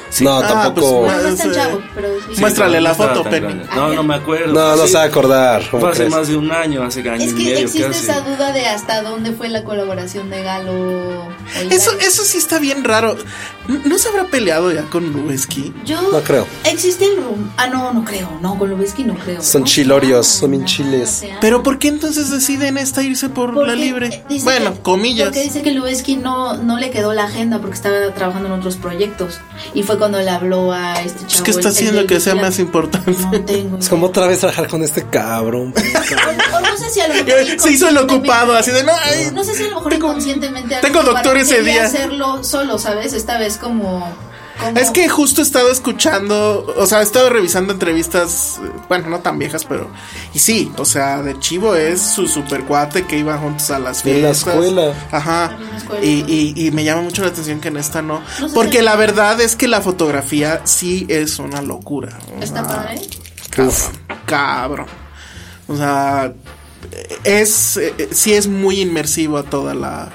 [SPEAKER 6] Sí.
[SPEAKER 3] No,
[SPEAKER 4] Ah,
[SPEAKER 3] tampoco.
[SPEAKER 4] pues,
[SPEAKER 5] Bueno, no es tan
[SPEAKER 4] sí.
[SPEAKER 5] chavo, pero sí.
[SPEAKER 6] Sí,
[SPEAKER 4] Muéstrale
[SPEAKER 6] no,
[SPEAKER 4] la
[SPEAKER 6] no estaba
[SPEAKER 4] foto,
[SPEAKER 6] tan
[SPEAKER 4] Penny.
[SPEAKER 6] grande. No, no me acuerdo.
[SPEAKER 3] No, no
[SPEAKER 6] Sí,
[SPEAKER 3] se va a acordar. ¿cómo
[SPEAKER 6] Fue hace
[SPEAKER 3] crees?
[SPEAKER 6] más de un año, hace año
[SPEAKER 5] Es
[SPEAKER 6] y medio
[SPEAKER 5] que existe
[SPEAKER 6] casi.
[SPEAKER 5] esa duda de hasta dónde fue la colaboración de Galo. Olivares.
[SPEAKER 4] Eso, eso sí está bien raro. ¿No no se habrá peleado ya con Lubeski?
[SPEAKER 5] Yo
[SPEAKER 3] No creo.
[SPEAKER 5] Existe el rum. Ah, no, no creo. No, Golubeski no creo.
[SPEAKER 3] Son
[SPEAKER 5] No,
[SPEAKER 3] chilorios,
[SPEAKER 5] claro,
[SPEAKER 3] son bien
[SPEAKER 5] no,
[SPEAKER 3] chiles.
[SPEAKER 5] o sea,
[SPEAKER 4] Pero ¿por qué entonces deciden esta irse por
[SPEAKER 5] porque,
[SPEAKER 4] la
[SPEAKER 5] eh,
[SPEAKER 4] libre?
[SPEAKER 5] dice
[SPEAKER 4] Bueno,
[SPEAKER 5] que-
[SPEAKER 4] comillas.
[SPEAKER 5] Porque dice que Lubeski no, no le quedó la agenda porque estaba trabajando en otros proyectos. Y fue cuando le habló a este chavo.
[SPEAKER 4] Es que
[SPEAKER 5] el-
[SPEAKER 4] está
[SPEAKER 5] el
[SPEAKER 4] haciendo
[SPEAKER 5] David
[SPEAKER 4] que sea
[SPEAKER 5] Blatt.
[SPEAKER 4] más importante.
[SPEAKER 5] *laughs* No
[SPEAKER 4] *laughs*
[SPEAKER 5] tengo.
[SPEAKER 3] Es como
[SPEAKER 5] idea.
[SPEAKER 3] otra vez trabajar con este cabrón.
[SPEAKER 5] O- o no sé si a lo mejor
[SPEAKER 4] *laughs* Se hizo el
[SPEAKER 5] inconscientemente-
[SPEAKER 4] ocupado, así de no. ay,
[SPEAKER 5] No sé si a lo mejor
[SPEAKER 4] Tengo-
[SPEAKER 5] inconscientemente. algo
[SPEAKER 4] tengo doctor
[SPEAKER 5] para-
[SPEAKER 4] ese
[SPEAKER 5] quería
[SPEAKER 4] día.
[SPEAKER 5] hacerlo solo, ¿sabes? Esta vez como. como-
[SPEAKER 4] Es que justo he estado escuchando, o sea, he estado revisando entrevistas, eh, bueno, no tan viejas, pero. Y sí, o sea, de Chivo es su super cuate que iban juntos a las
[SPEAKER 3] En la
[SPEAKER 4] fiestas.
[SPEAKER 3] escuela.
[SPEAKER 4] Ajá.
[SPEAKER 5] En la escuela.
[SPEAKER 4] Y, y- y me llama mucho la atención que en esta no.
[SPEAKER 5] No sé
[SPEAKER 4] Porque
[SPEAKER 5] si-
[SPEAKER 4] la verdad es que la fotografía sí es una locura.
[SPEAKER 5] Está
[SPEAKER 4] Una-
[SPEAKER 5] padre.
[SPEAKER 4] Uf, cabrón. O sea, es eh, sí es muy inmersivo a toda la,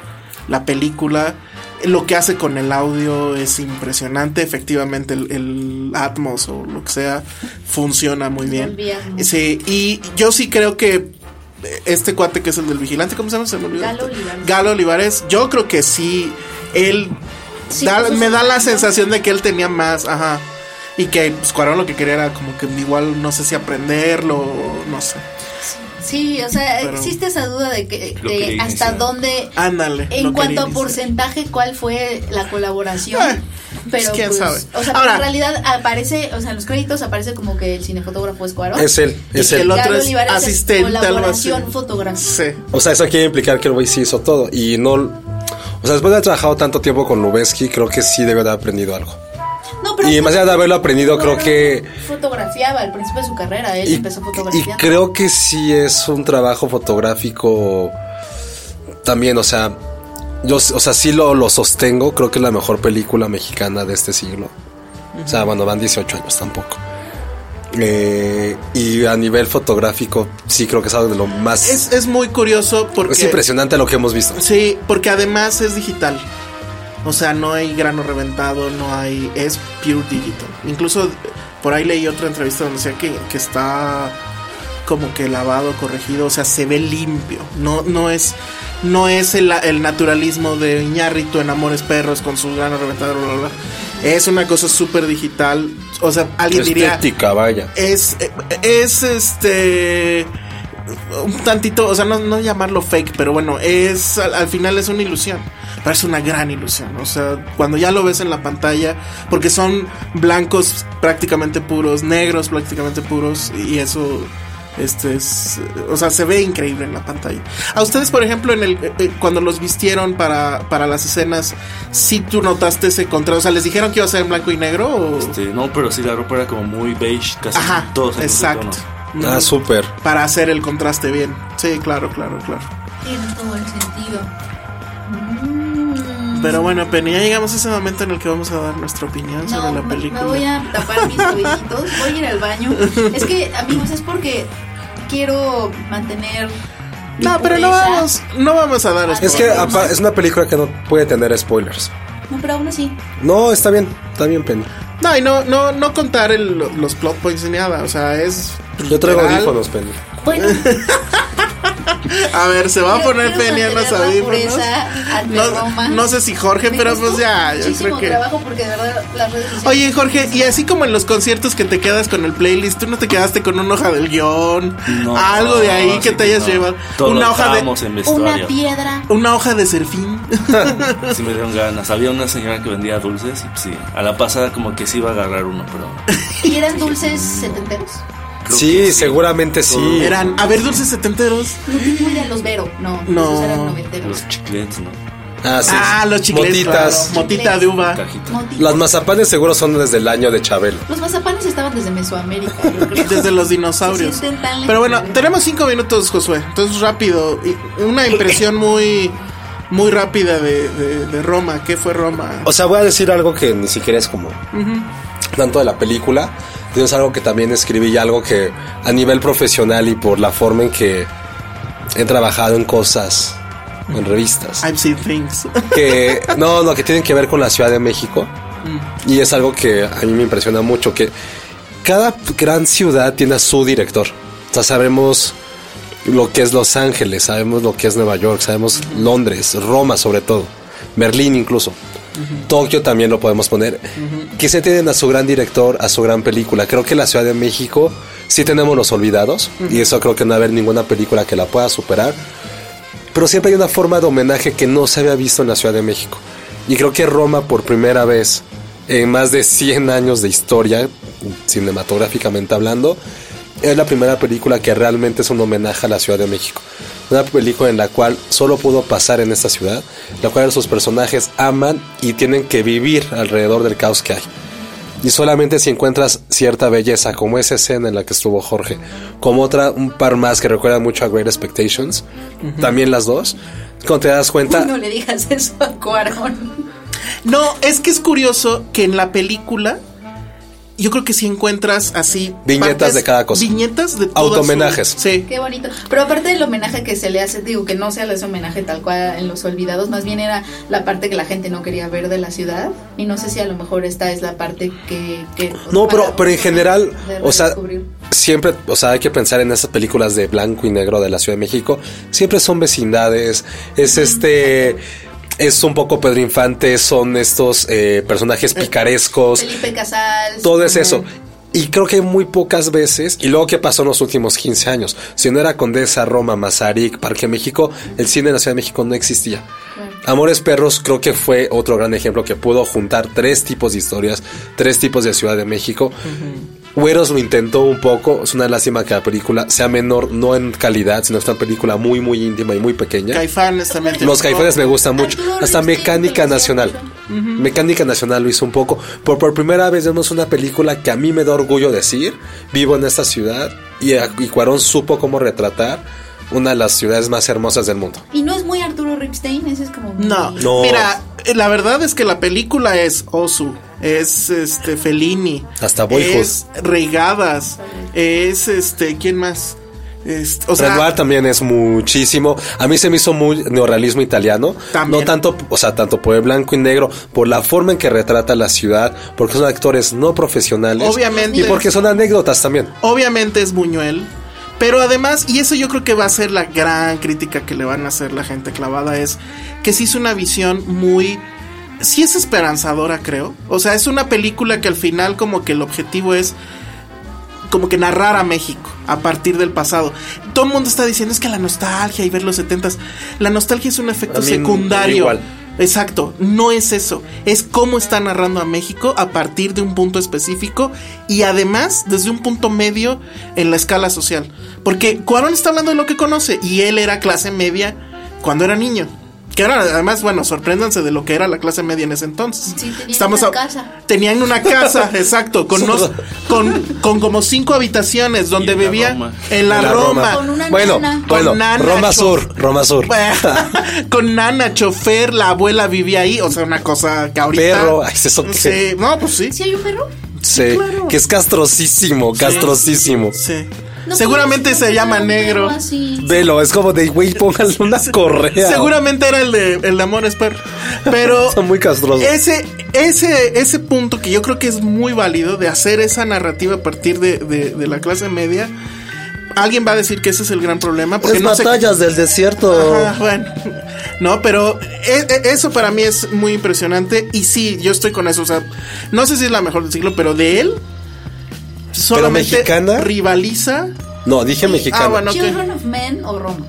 [SPEAKER 4] la película. Lo que hace con el audio es impresionante. Efectivamente, el, el Atmos o lo que sea funciona muy bien.
[SPEAKER 5] Dolby Atmos.
[SPEAKER 4] Sí, y yo sí creo que eh, este cuate que es el del vigilante, ¿cómo se llama? Se me olvidó.
[SPEAKER 5] Galo Olivares.
[SPEAKER 4] Galo Olivares, yo creo que sí, él
[SPEAKER 5] Sí,
[SPEAKER 4] da-
[SPEAKER 5] pues,
[SPEAKER 4] me da la
[SPEAKER 5] ¿no?
[SPEAKER 4] sensación de que él tenía más, ajá. Y que pues, Cuarón lo que quería era como que igual no sé si aprenderlo, o no sé.
[SPEAKER 5] Sí, o sea,
[SPEAKER 4] Pero-
[SPEAKER 5] existe esa duda de que
[SPEAKER 6] Lo
[SPEAKER 5] de
[SPEAKER 6] quería
[SPEAKER 5] hasta
[SPEAKER 6] iniciar.
[SPEAKER 5] dónde
[SPEAKER 4] Ándale.
[SPEAKER 5] en
[SPEAKER 4] lo quería
[SPEAKER 5] cuanto a
[SPEAKER 4] iniciar.
[SPEAKER 5] porcentaje cuál fue la colaboración.
[SPEAKER 4] Ah, pues,
[SPEAKER 5] pero
[SPEAKER 4] quién
[SPEAKER 5] pues,
[SPEAKER 4] sabe.
[SPEAKER 5] o sea,
[SPEAKER 4] Ahora-
[SPEAKER 5] en realidad aparece, o sea, en los créditos aparece como que el cinefotógrafo es Cuarón.
[SPEAKER 3] Es él,
[SPEAKER 4] Y
[SPEAKER 3] es
[SPEAKER 4] que
[SPEAKER 3] él.
[SPEAKER 4] el otro
[SPEAKER 5] Galo
[SPEAKER 4] es
[SPEAKER 5] Olivares es
[SPEAKER 4] asistente, algo así.
[SPEAKER 5] colaboración fotografía.
[SPEAKER 4] Sí.
[SPEAKER 3] O sea, eso quiere implicar que el güey sí hizo todo. Y no. O sea, después de haber trabajado tanto tiempo con Lubeski, creo que sí debe de haber aprendido algo.
[SPEAKER 5] No,
[SPEAKER 3] Y más allá de haberlo aprendido, creo
[SPEAKER 5] Cuarón
[SPEAKER 3] que-
[SPEAKER 5] fotografiaba al principio de su carrera, él
[SPEAKER 3] Y,
[SPEAKER 5] empezó
[SPEAKER 3] y
[SPEAKER 5] fotografiando.
[SPEAKER 3] creo que sí es un trabajo fotográfico también, o sea. Yo, o sea, sí lo, lo sostengo. Creo que es la mejor película mexicana de este siglo. O sea, bueno, van 18 años tampoco. Eh, y a nivel fotográfico, sí creo que es algo de lo más.
[SPEAKER 4] Es, es muy curioso porque.
[SPEAKER 3] es impresionante lo que hemos visto.
[SPEAKER 4] Sí, porque además es digital. O sea, no hay grano reventado, no hay. Es pure digital. Incluso eh, por ahí leí otra entrevista donde decía que, que está como que lavado, corregido. O sea, se ve limpio. No, no es. No es el, el naturalismo de Iñárritu en Amores Perros con su grano reventado, bla, bla, bla. Es una cosa súper digital. O sea, alguien diría.
[SPEAKER 3] Estética, vaya.
[SPEAKER 4] es, es este un tantito, o sea, no, no llamarlo fake, pero bueno, es al, al final es una ilusión, pero es una gran ilusión, o sea, cuando ya lo ves en la pantalla, porque son blancos prácticamente puros, negros prácticamente puros, y eso, este es, o sea, se ve increíble en la pantalla. A ustedes, por ejemplo, en el, eh, eh, cuando los vistieron para, para las escenas, si tú notaste ese contraste, o sea, les dijeron que iba a ser en blanco y negro, o...
[SPEAKER 6] Este, no, pero sí la ropa era como muy beige, casi
[SPEAKER 4] Ajá,
[SPEAKER 6] todos en ese
[SPEAKER 4] exacto.
[SPEAKER 6] tono.
[SPEAKER 4] Mm,
[SPEAKER 3] Ah, súper.
[SPEAKER 4] para hacer el contraste bien. Sí, claro, claro, claro.
[SPEAKER 5] Tiene todo el sentido. Mm.
[SPEAKER 4] Pero bueno, Penny, ya llegamos a ese momento en el que vamos a dar nuestra opinión sobre la
[SPEAKER 5] me-
[SPEAKER 4] película.
[SPEAKER 5] Me voy a
[SPEAKER 4] *laughs*
[SPEAKER 5] tapar mis tobillitos, voy a ir al baño. Es que, amigos, es porque quiero mantener. mi
[SPEAKER 4] No, pero no
[SPEAKER 5] pureza.
[SPEAKER 4] vamos, no vamos a dar
[SPEAKER 3] Es que apa- es una película que no puede tener spoilers.
[SPEAKER 5] No, pero aún así.
[SPEAKER 3] No, está bien, está bien, Penny.
[SPEAKER 4] No, y no, no, no contar el- los plot points ni nada. O sea, es.
[SPEAKER 3] Yo traigo
[SPEAKER 4] literal.
[SPEAKER 3] audífonos, Penny.
[SPEAKER 4] *laughs*
[SPEAKER 5] Bueno,
[SPEAKER 4] A ver, se va a
[SPEAKER 5] Quiero-
[SPEAKER 4] poner
[SPEAKER 5] quiero
[SPEAKER 4] Penny en los
[SPEAKER 5] mantener la
[SPEAKER 4] audífonos.
[SPEAKER 5] pureza ante
[SPEAKER 4] No,
[SPEAKER 5] Roma.
[SPEAKER 4] no sé si Jorge,
[SPEAKER 5] me
[SPEAKER 4] pero
[SPEAKER 5] costó
[SPEAKER 4] pues ya, yo
[SPEAKER 5] muchísimo
[SPEAKER 4] creo que.
[SPEAKER 5] trabajo porque de verdad las redes sociales.
[SPEAKER 4] Oye, Jorge, y así como en los conciertos que te quedas con el playlist, tú no te quedaste con una hoja del guión,
[SPEAKER 6] No,
[SPEAKER 4] algo de ahí que
[SPEAKER 6] sí
[SPEAKER 4] te hayas
[SPEAKER 6] no.
[SPEAKER 4] llevado.
[SPEAKER 6] Todos
[SPEAKER 4] una hoja de.
[SPEAKER 6] estábamos en
[SPEAKER 5] una
[SPEAKER 4] *laughs*
[SPEAKER 6] vestuario.
[SPEAKER 5] piedra.
[SPEAKER 4] Una hoja de serfín.
[SPEAKER 6] Sí me dieron ganas. Había una señora que vendía dulces y pues, sí, a la pasada como que sí iba a agarrar uno, pero
[SPEAKER 5] ¿Y eran dulces setenteros?
[SPEAKER 6] creo que
[SPEAKER 3] Sí, seguramente sí.
[SPEAKER 4] Eran, a ver, dulces setenteros.
[SPEAKER 5] No tengo idea, los Vero. No,
[SPEAKER 4] No.
[SPEAKER 5] esos eran
[SPEAKER 6] los
[SPEAKER 4] *laughs*
[SPEAKER 5] noventeros.
[SPEAKER 6] chicletes, ¿no?
[SPEAKER 3] Ah, sí.
[SPEAKER 4] Ah, los chicletes.
[SPEAKER 3] Motitas.
[SPEAKER 4] claro, Motita de uva.
[SPEAKER 6] Cajita.
[SPEAKER 5] Moti-
[SPEAKER 3] Las mazapanes seguro son desde el año de Chabelo.
[SPEAKER 5] Los mazapanes estaban desde Mesoamérica, yo creo.
[SPEAKER 4] *laughs* Desde los dinosaurios.
[SPEAKER 5] Se sienten tan
[SPEAKER 4] Pero bueno,
[SPEAKER 5] lejanos.
[SPEAKER 4] tenemos cinco minutos, Josué. Entonces, rápido. y Una impresión muy, muy rápida de, de- de Roma. ¿Qué fue Roma?
[SPEAKER 3] O sea, voy a decir algo que ni siquiera es como tanto de la película. sino Es algo que también escribí y algo que a nivel profesional y por la forma en que he trabajado en cosas, en revistas,
[SPEAKER 4] I've seen things. *laughs*
[SPEAKER 3] que no, no, que tienen que ver con la Ciudad de México. Y es algo que a mí me impresiona mucho, que cada gran ciudad tiene a su director. O sea, sabemos lo que es Los Ángeles, sabemos lo que es Nueva York, sabemos Londres, Roma sobre todo, Berlín incluso. Tokio también lo podemos poner. Que se tienen a su gran director, a su gran película. Creo que la Ciudad de México sí tenemos los olvidados. Y eso creo que no va a haber ninguna película que la pueda superar. Pero siempre hay una forma de homenaje que no se había visto en la Ciudad de México. Y creo que Roma por primera vez en más de 100 años de historia, cinematográficamente hablando, es la primera película que realmente es un homenaje a la Ciudad de México. Una película en la cual solo pudo pasar en esta ciudad, la cual sus personajes aman y tienen que vivir alrededor del caos que hay. Y solamente si encuentras cierta belleza, como esa escena en la que estuvo Jorge, como otra, un par más que recuerda mucho a Great Expectations, también las dos, cuando te das cuenta,
[SPEAKER 5] No le digas *laughs* eso a Cuarón.
[SPEAKER 4] No, es que es curioso que en la película. Yo creo que si encuentras así.
[SPEAKER 3] Viñetas de cada cosa.
[SPEAKER 4] Viñetas de todo.
[SPEAKER 3] Autohomenajes.
[SPEAKER 4] su- Sí.
[SPEAKER 5] Qué bonito. Pero aparte del homenaje que se le hace, digo que no se le hace homenaje tal cual en Los Olvidados, más bien era la parte que la gente no quería ver de la ciudad. Y no sé si a lo mejor esta es la parte que. que-
[SPEAKER 3] No, pero,
[SPEAKER 5] para-
[SPEAKER 3] pero en general,
[SPEAKER 5] de
[SPEAKER 3] o sea,
[SPEAKER 5] redescubrir.
[SPEAKER 3] siempre, o sea, hay que pensar en esas películas de blanco y negro de la Ciudad de México. Siempre son vecindades, es este, es un poco Pedro Infante, son estos eh, personajes picarescos,
[SPEAKER 5] Felipe Casals.
[SPEAKER 3] todo es
[SPEAKER 5] Ujú.
[SPEAKER 3] eso. Y creo que muy pocas veces, y luego que pasó en los últimos 15 años, si no era Condesa, Roma, Mazarik, Parque México, el cine de la Ciudad de México no existía. Amores Perros creo que fue otro gran ejemplo que pudo juntar tres tipos de historias, tres tipos de Ciudad de México. Güeros lo intentó un poco, es una lástima que la película sea menor, no en calidad, sino que es una película muy, muy íntima y muy pequeña.
[SPEAKER 4] Caifanes también. tiene
[SPEAKER 3] Los
[SPEAKER 4] un poco.
[SPEAKER 3] caifanes me gustan mucho.
[SPEAKER 5] Arturo
[SPEAKER 3] Hasta
[SPEAKER 5] Ripstein
[SPEAKER 3] Mecánica
[SPEAKER 5] lo hacía
[SPEAKER 3] Nacional. Mecánica Nacional lo hizo un poco. Por, por primera vez vemos una película que a mí me da orgullo decir. Vivo en esta ciudad y, eh, y Cuarón supo cómo retratar una de las ciudades más hermosas del mundo.
[SPEAKER 5] Y no es muy Arturo Ripstein, ese es como. muy-
[SPEAKER 4] No.
[SPEAKER 3] No.
[SPEAKER 4] Mira, eh, la verdad es que la película es Osu, es este Fellini,
[SPEAKER 3] Hasta Boyhood.
[SPEAKER 4] es Reigadas, es este ¿quién más? Este, o sea,
[SPEAKER 3] Renoir también es muchísimo. A mí se me hizo muy neorrealismo italiano.
[SPEAKER 4] También.
[SPEAKER 3] No tanto, o sea, tanto por el blanco y negro, por la forma en que retrata la ciudad, porque son actores no profesionales.
[SPEAKER 4] Obviamente.
[SPEAKER 3] Y porque son anécdotas también.
[SPEAKER 4] obviamente es Buñuel, pero además y eso yo creo que va a ser la gran crítica que le van a hacer la gente clavada es que sí es una visión muy sí es esperanzadora, creo. O sea, es una película que al final como que el objetivo es como que narrar a México a partir del pasado. Todo el mundo está diciendo es que la nostalgia y ver los setentas, la nostalgia es un efecto
[SPEAKER 3] A mí me da
[SPEAKER 4] secundario.
[SPEAKER 3] igual.
[SPEAKER 4] Exacto, no es eso, es cómo está narrando a México a partir de un punto específico y además desde un punto medio en la escala social. Porque Cuarón está hablando de lo que conoce y él era clase media cuando era niño, que que ahora, además, bueno, sorpréndanse de lo que era la clase media en ese entonces.
[SPEAKER 5] Sí, tenían una
[SPEAKER 4] a-
[SPEAKER 5] casa.
[SPEAKER 4] Tenían una casa,
[SPEAKER 3] *laughs*
[SPEAKER 4] exacto, con, unos- con, con como cinco habitaciones donde
[SPEAKER 6] en la
[SPEAKER 4] vivía
[SPEAKER 6] Roma.
[SPEAKER 4] en la,
[SPEAKER 3] En la
[SPEAKER 4] Roma.
[SPEAKER 3] Roma. *laughs*
[SPEAKER 5] Con una
[SPEAKER 3] bueno,
[SPEAKER 5] nana.
[SPEAKER 3] bueno,
[SPEAKER 4] Con nana,
[SPEAKER 3] Roma
[SPEAKER 4] chof-
[SPEAKER 3] Sur, Roma Sur.
[SPEAKER 4] con nana, chofer, la abuela vivía ahí, o sea, una cosa que ahorita.
[SPEAKER 3] Perro, ay, ¿eso qué?
[SPEAKER 4] Sí, no, pues sí.
[SPEAKER 5] ¿Sí hay un perro?
[SPEAKER 3] Sí,
[SPEAKER 4] claro.
[SPEAKER 3] que es castrosísimo, castrosísimo.
[SPEAKER 4] sí.
[SPEAKER 5] No,
[SPEAKER 4] Seguramente
[SPEAKER 5] pues,
[SPEAKER 4] se
[SPEAKER 5] no,
[SPEAKER 4] llama
[SPEAKER 5] no,
[SPEAKER 4] negro.
[SPEAKER 5] así.
[SPEAKER 3] Velo, es como de, güey, póngale una correa.
[SPEAKER 4] Seguramente era el de, el de Amores Perro. Pero
[SPEAKER 3] *laughs* Son muy castrosos.
[SPEAKER 4] ese, ese, ese punto que yo creo que es muy válido de hacer esa narrativa a partir de, de- de la clase media, alguien va a decir que ese es el gran problema. Porque
[SPEAKER 3] Es
[SPEAKER 4] no se-
[SPEAKER 3] batallas del desierto.
[SPEAKER 4] Ajá, bueno, no, pero e- e- eso para mí es muy impresionante y sí, yo estoy con eso. O sea, no sé si es la mejor del siglo, pero de él solamente
[SPEAKER 3] mexicana?
[SPEAKER 4] rivaliza.
[SPEAKER 3] No, dije mexicano.
[SPEAKER 4] Ah, bueno, ok.
[SPEAKER 5] Children of Men o Roma.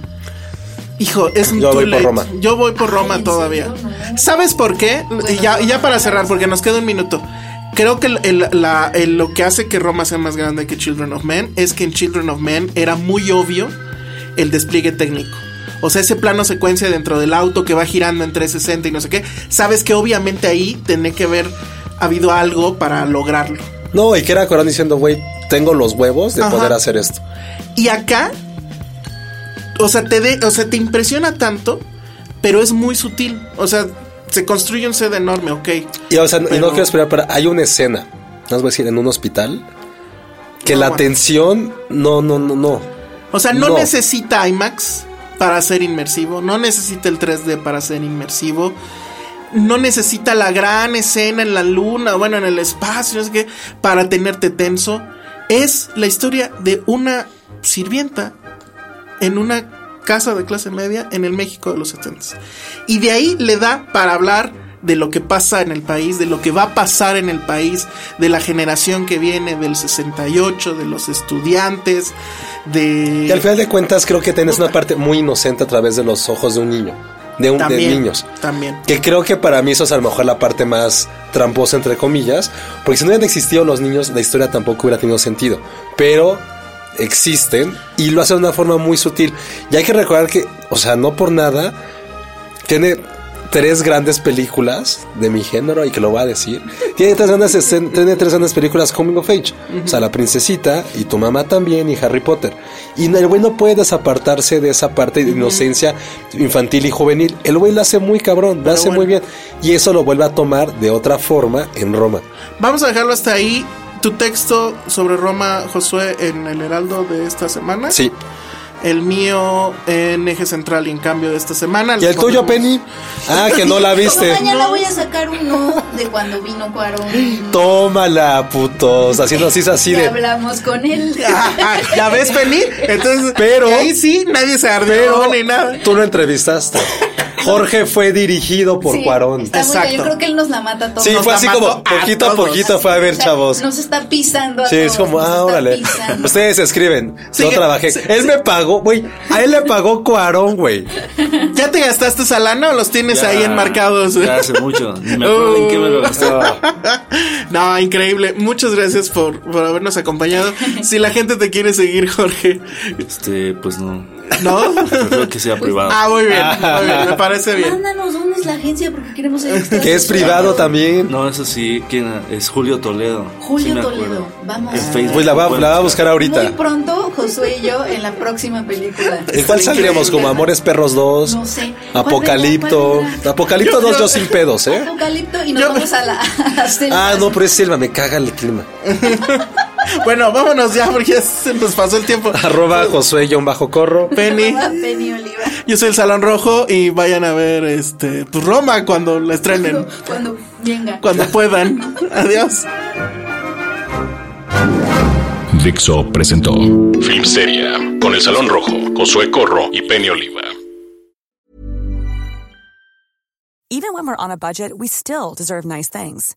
[SPEAKER 4] Hijo, es
[SPEAKER 3] Yo
[SPEAKER 4] too
[SPEAKER 3] voy por
[SPEAKER 4] late.
[SPEAKER 3] Roma.
[SPEAKER 4] Yo voy por Roma
[SPEAKER 5] ¿en
[SPEAKER 4] todavía.
[SPEAKER 5] serio? No.
[SPEAKER 4] ¿Sabes por qué? y, ya, y ya para cerrar, porque nos queda un minuto. Creo que el- el- la- el- lo que hace que Roma sea más grande que Children of Men es que en Children of Men era muy obvio el despliegue técnico. O sea, ese plano secuencia dentro del auto que va girando en 360 y no sé qué. Sabes que obviamente ahí tiene que haber habido algo para lograrlo.
[SPEAKER 3] No, y que era Corán diciendo, güey, tengo los huevos de
[SPEAKER 4] Ajá.
[SPEAKER 3] poder hacer esto.
[SPEAKER 4] Y acá, o sea, te de- o sea, te impresiona tanto, pero es muy sutil. O sea, se construye un set enorme, ok.
[SPEAKER 3] Y, o sea, y
[SPEAKER 4] Pero-
[SPEAKER 3] no quiero esperar, pero hay una escena, no os voy a decir, en un hospital, que
[SPEAKER 4] No,
[SPEAKER 3] la
[SPEAKER 4] bueno.
[SPEAKER 3] tensión, no, no, no, no.
[SPEAKER 4] O sea, no,
[SPEAKER 3] No.
[SPEAKER 4] necesita IMAX para ser inmersivo, no necesita el 3D para ser inmersivo, no necesita la gran escena en la luna, bueno, en el espacio, no sé qué, para tenerte tenso. Es la historia de una sirvienta en una casa de clase media en el México de los 70. Y de ahí le da para hablar de lo que pasa en el país, de lo que va a pasar en el país, de la generación que viene del 68, de los estudiantes, de...
[SPEAKER 3] Y al final de cuentas creo que tenés una parte muy inocente a través de los ojos de un niño, de, un, de niños.
[SPEAKER 4] También.
[SPEAKER 3] Que creo que para mí eso es a lo mejor la parte más tramposa, entre comillas, porque si no hubieran existido los niños, la historia tampoco hubiera tenido sentido. Pero existen y lo hacen de una forma muy sutil. Y hay que recordar que, o sea, no por nada, tiene tres grandes películas de mi género y que lo va a decir. Tiene tres grandes, escen- tiene tres grandes películas Coming of Age. O sea, La Princesita y Tu Mamá también y Harry Potter. Y el güey no puede desapartarse de esa parte de inocencia infantil y juvenil. El güey lo hace muy cabrón, lo hace muy bien. Y eso lo vuelve a tomar de otra forma en Roma.
[SPEAKER 4] Vamos a dejarlo hasta ahí. Tu texto sobre Roma, Josué, en el Heraldo de esta
[SPEAKER 5] Ah,
[SPEAKER 4] semana.
[SPEAKER 3] Sí.
[SPEAKER 4] El mío en Eje Central y en cambio de esta semana.
[SPEAKER 3] ¿Y el tuyo, Penny? Ah, que no
[SPEAKER 5] *laughs*
[SPEAKER 3] la viste.
[SPEAKER 5] Pero mañana voy a sacar uno de cuando
[SPEAKER 3] *laughs*
[SPEAKER 5] vino Cuarón.
[SPEAKER 3] Tómala, putos. Haciendo así, así
[SPEAKER 5] Ya
[SPEAKER 3] de... Ah,
[SPEAKER 5] hablamos
[SPEAKER 3] *laughs*
[SPEAKER 5] con él.
[SPEAKER 4] Ah, ¿La ves, Penny? Entonces,
[SPEAKER 3] Pero-
[SPEAKER 4] y ahí sí, nadie se ardió
[SPEAKER 3] Pero
[SPEAKER 4] ni nada.
[SPEAKER 3] tú lo entrevistaste. Jorge fue dirigido por
[SPEAKER 5] Sí,
[SPEAKER 3] Cuarón.
[SPEAKER 5] está muy bien.
[SPEAKER 4] Exacto.
[SPEAKER 5] Yo creo que él nos la mata a todos.
[SPEAKER 3] Sí,
[SPEAKER 4] nos
[SPEAKER 3] fue
[SPEAKER 4] la
[SPEAKER 3] así
[SPEAKER 4] mató
[SPEAKER 3] como
[SPEAKER 4] a
[SPEAKER 3] poquito a
[SPEAKER 4] todos.
[SPEAKER 3] poquito fue a ver,
[SPEAKER 5] O sea,
[SPEAKER 3] chavos.
[SPEAKER 5] Nos está pisando a
[SPEAKER 3] Sí, es
[SPEAKER 5] todos,
[SPEAKER 3] como,
[SPEAKER 5] nos
[SPEAKER 3] ah,
[SPEAKER 5] está
[SPEAKER 3] órale.
[SPEAKER 5] pisando.
[SPEAKER 3] Ustedes escriben.
[SPEAKER 4] Sí,
[SPEAKER 3] yo
[SPEAKER 4] que-
[SPEAKER 3] trabajé.
[SPEAKER 4] sí,
[SPEAKER 3] él me pagó, güey. A él le pagó Cuarón, güey.
[SPEAKER 4] ¿Ya te gastaste esa lana o los tienes
[SPEAKER 6] Ya,
[SPEAKER 4] ahí enmarcados? ¿eh? Oh.
[SPEAKER 6] Ya hace mucho. Ni me acuerdo en qué me lo gastaba.
[SPEAKER 4] *laughs* No, increíble. Muchas gracias por, por habernos acompañado. Si la gente te quiere seguir, Jorge,
[SPEAKER 6] Este, pues no.
[SPEAKER 4] ¿no?
[SPEAKER 6] Prefiero
[SPEAKER 5] *laughs*
[SPEAKER 6] que sea privado.
[SPEAKER 4] Ah, muy
[SPEAKER 6] *laughs*
[SPEAKER 4] bien, muy bien, me parece bien.
[SPEAKER 5] Mándanos dónde es la agencia porque queremos ir.
[SPEAKER 3] *laughs* Que es privado también.
[SPEAKER 6] No, eso sí, ¿quién era? es Julio Toledo.
[SPEAKER 5] Julio
[SPEAKER 6] Sí me
[SPEAKER 5] Toledo,
[SPEAKER 6] acuerdo.
[SPEAKER 5] vamos.
[SPEAKER 6] En Facebook
[SPEAKER 4] Pues
[SPEAKER 3] Güey, Pues la va, la va
[SPEAKER 6] lo
[SPEAKER 3] a
[SPEAKER 6] pueden
[SPEAKER 3] buscar
[SPEAKER 5] Muy
[SPEAKER 3] ahorita.
[SPEAKER 5] pronto, Josué y yo, en la próxima película.
[SPEAKER 3] ¿En cuál saldríamos? Como Amores Perros 2.
[SPEAKER 5] No sé. ¿Cuál
[SPEAKER 3] Apocalipto.
[SPEAKER 5] vendrá? ¿Cuál vendrá?
[SPEAKER 3] Apocalipto 2 yo sin pedos, ¿eh?
[SPEAKER 5] Apocalipto y nos
[SPEAKER 4] Yo-
[SPEAKER 5] vamos a la. *laughs* a selva.
[SPEAKER 3] Ah, no, pero es Silva, me caga el clima.
[SPEAKER 4] Bueno, vámonos ya porque ya se nos pasó el tiempo.
[SPEAKER 3] Arroba Josué-Corro.
[SPEAKER 4] Penny.
[SPEAKER 5] Arroba Penny Oliva.
[SPEAKER 4] Yo soy el Salón Rojo y vayan a ver este pues, Roma cuando la
[SPEAKER 3] eh.
[SPEAKER 4] estrenen,
[SPEAKER 5] Cuando venga.
[SPEAKER 4] cuando puedan. Adiós.
[SPEAKER 2] Dixo presentó Film Seria con El Salón Rojo, Josué Corro y Penny Oliva.
[SPEAKER 7] Even when we're on a budget, we still deserve nice things.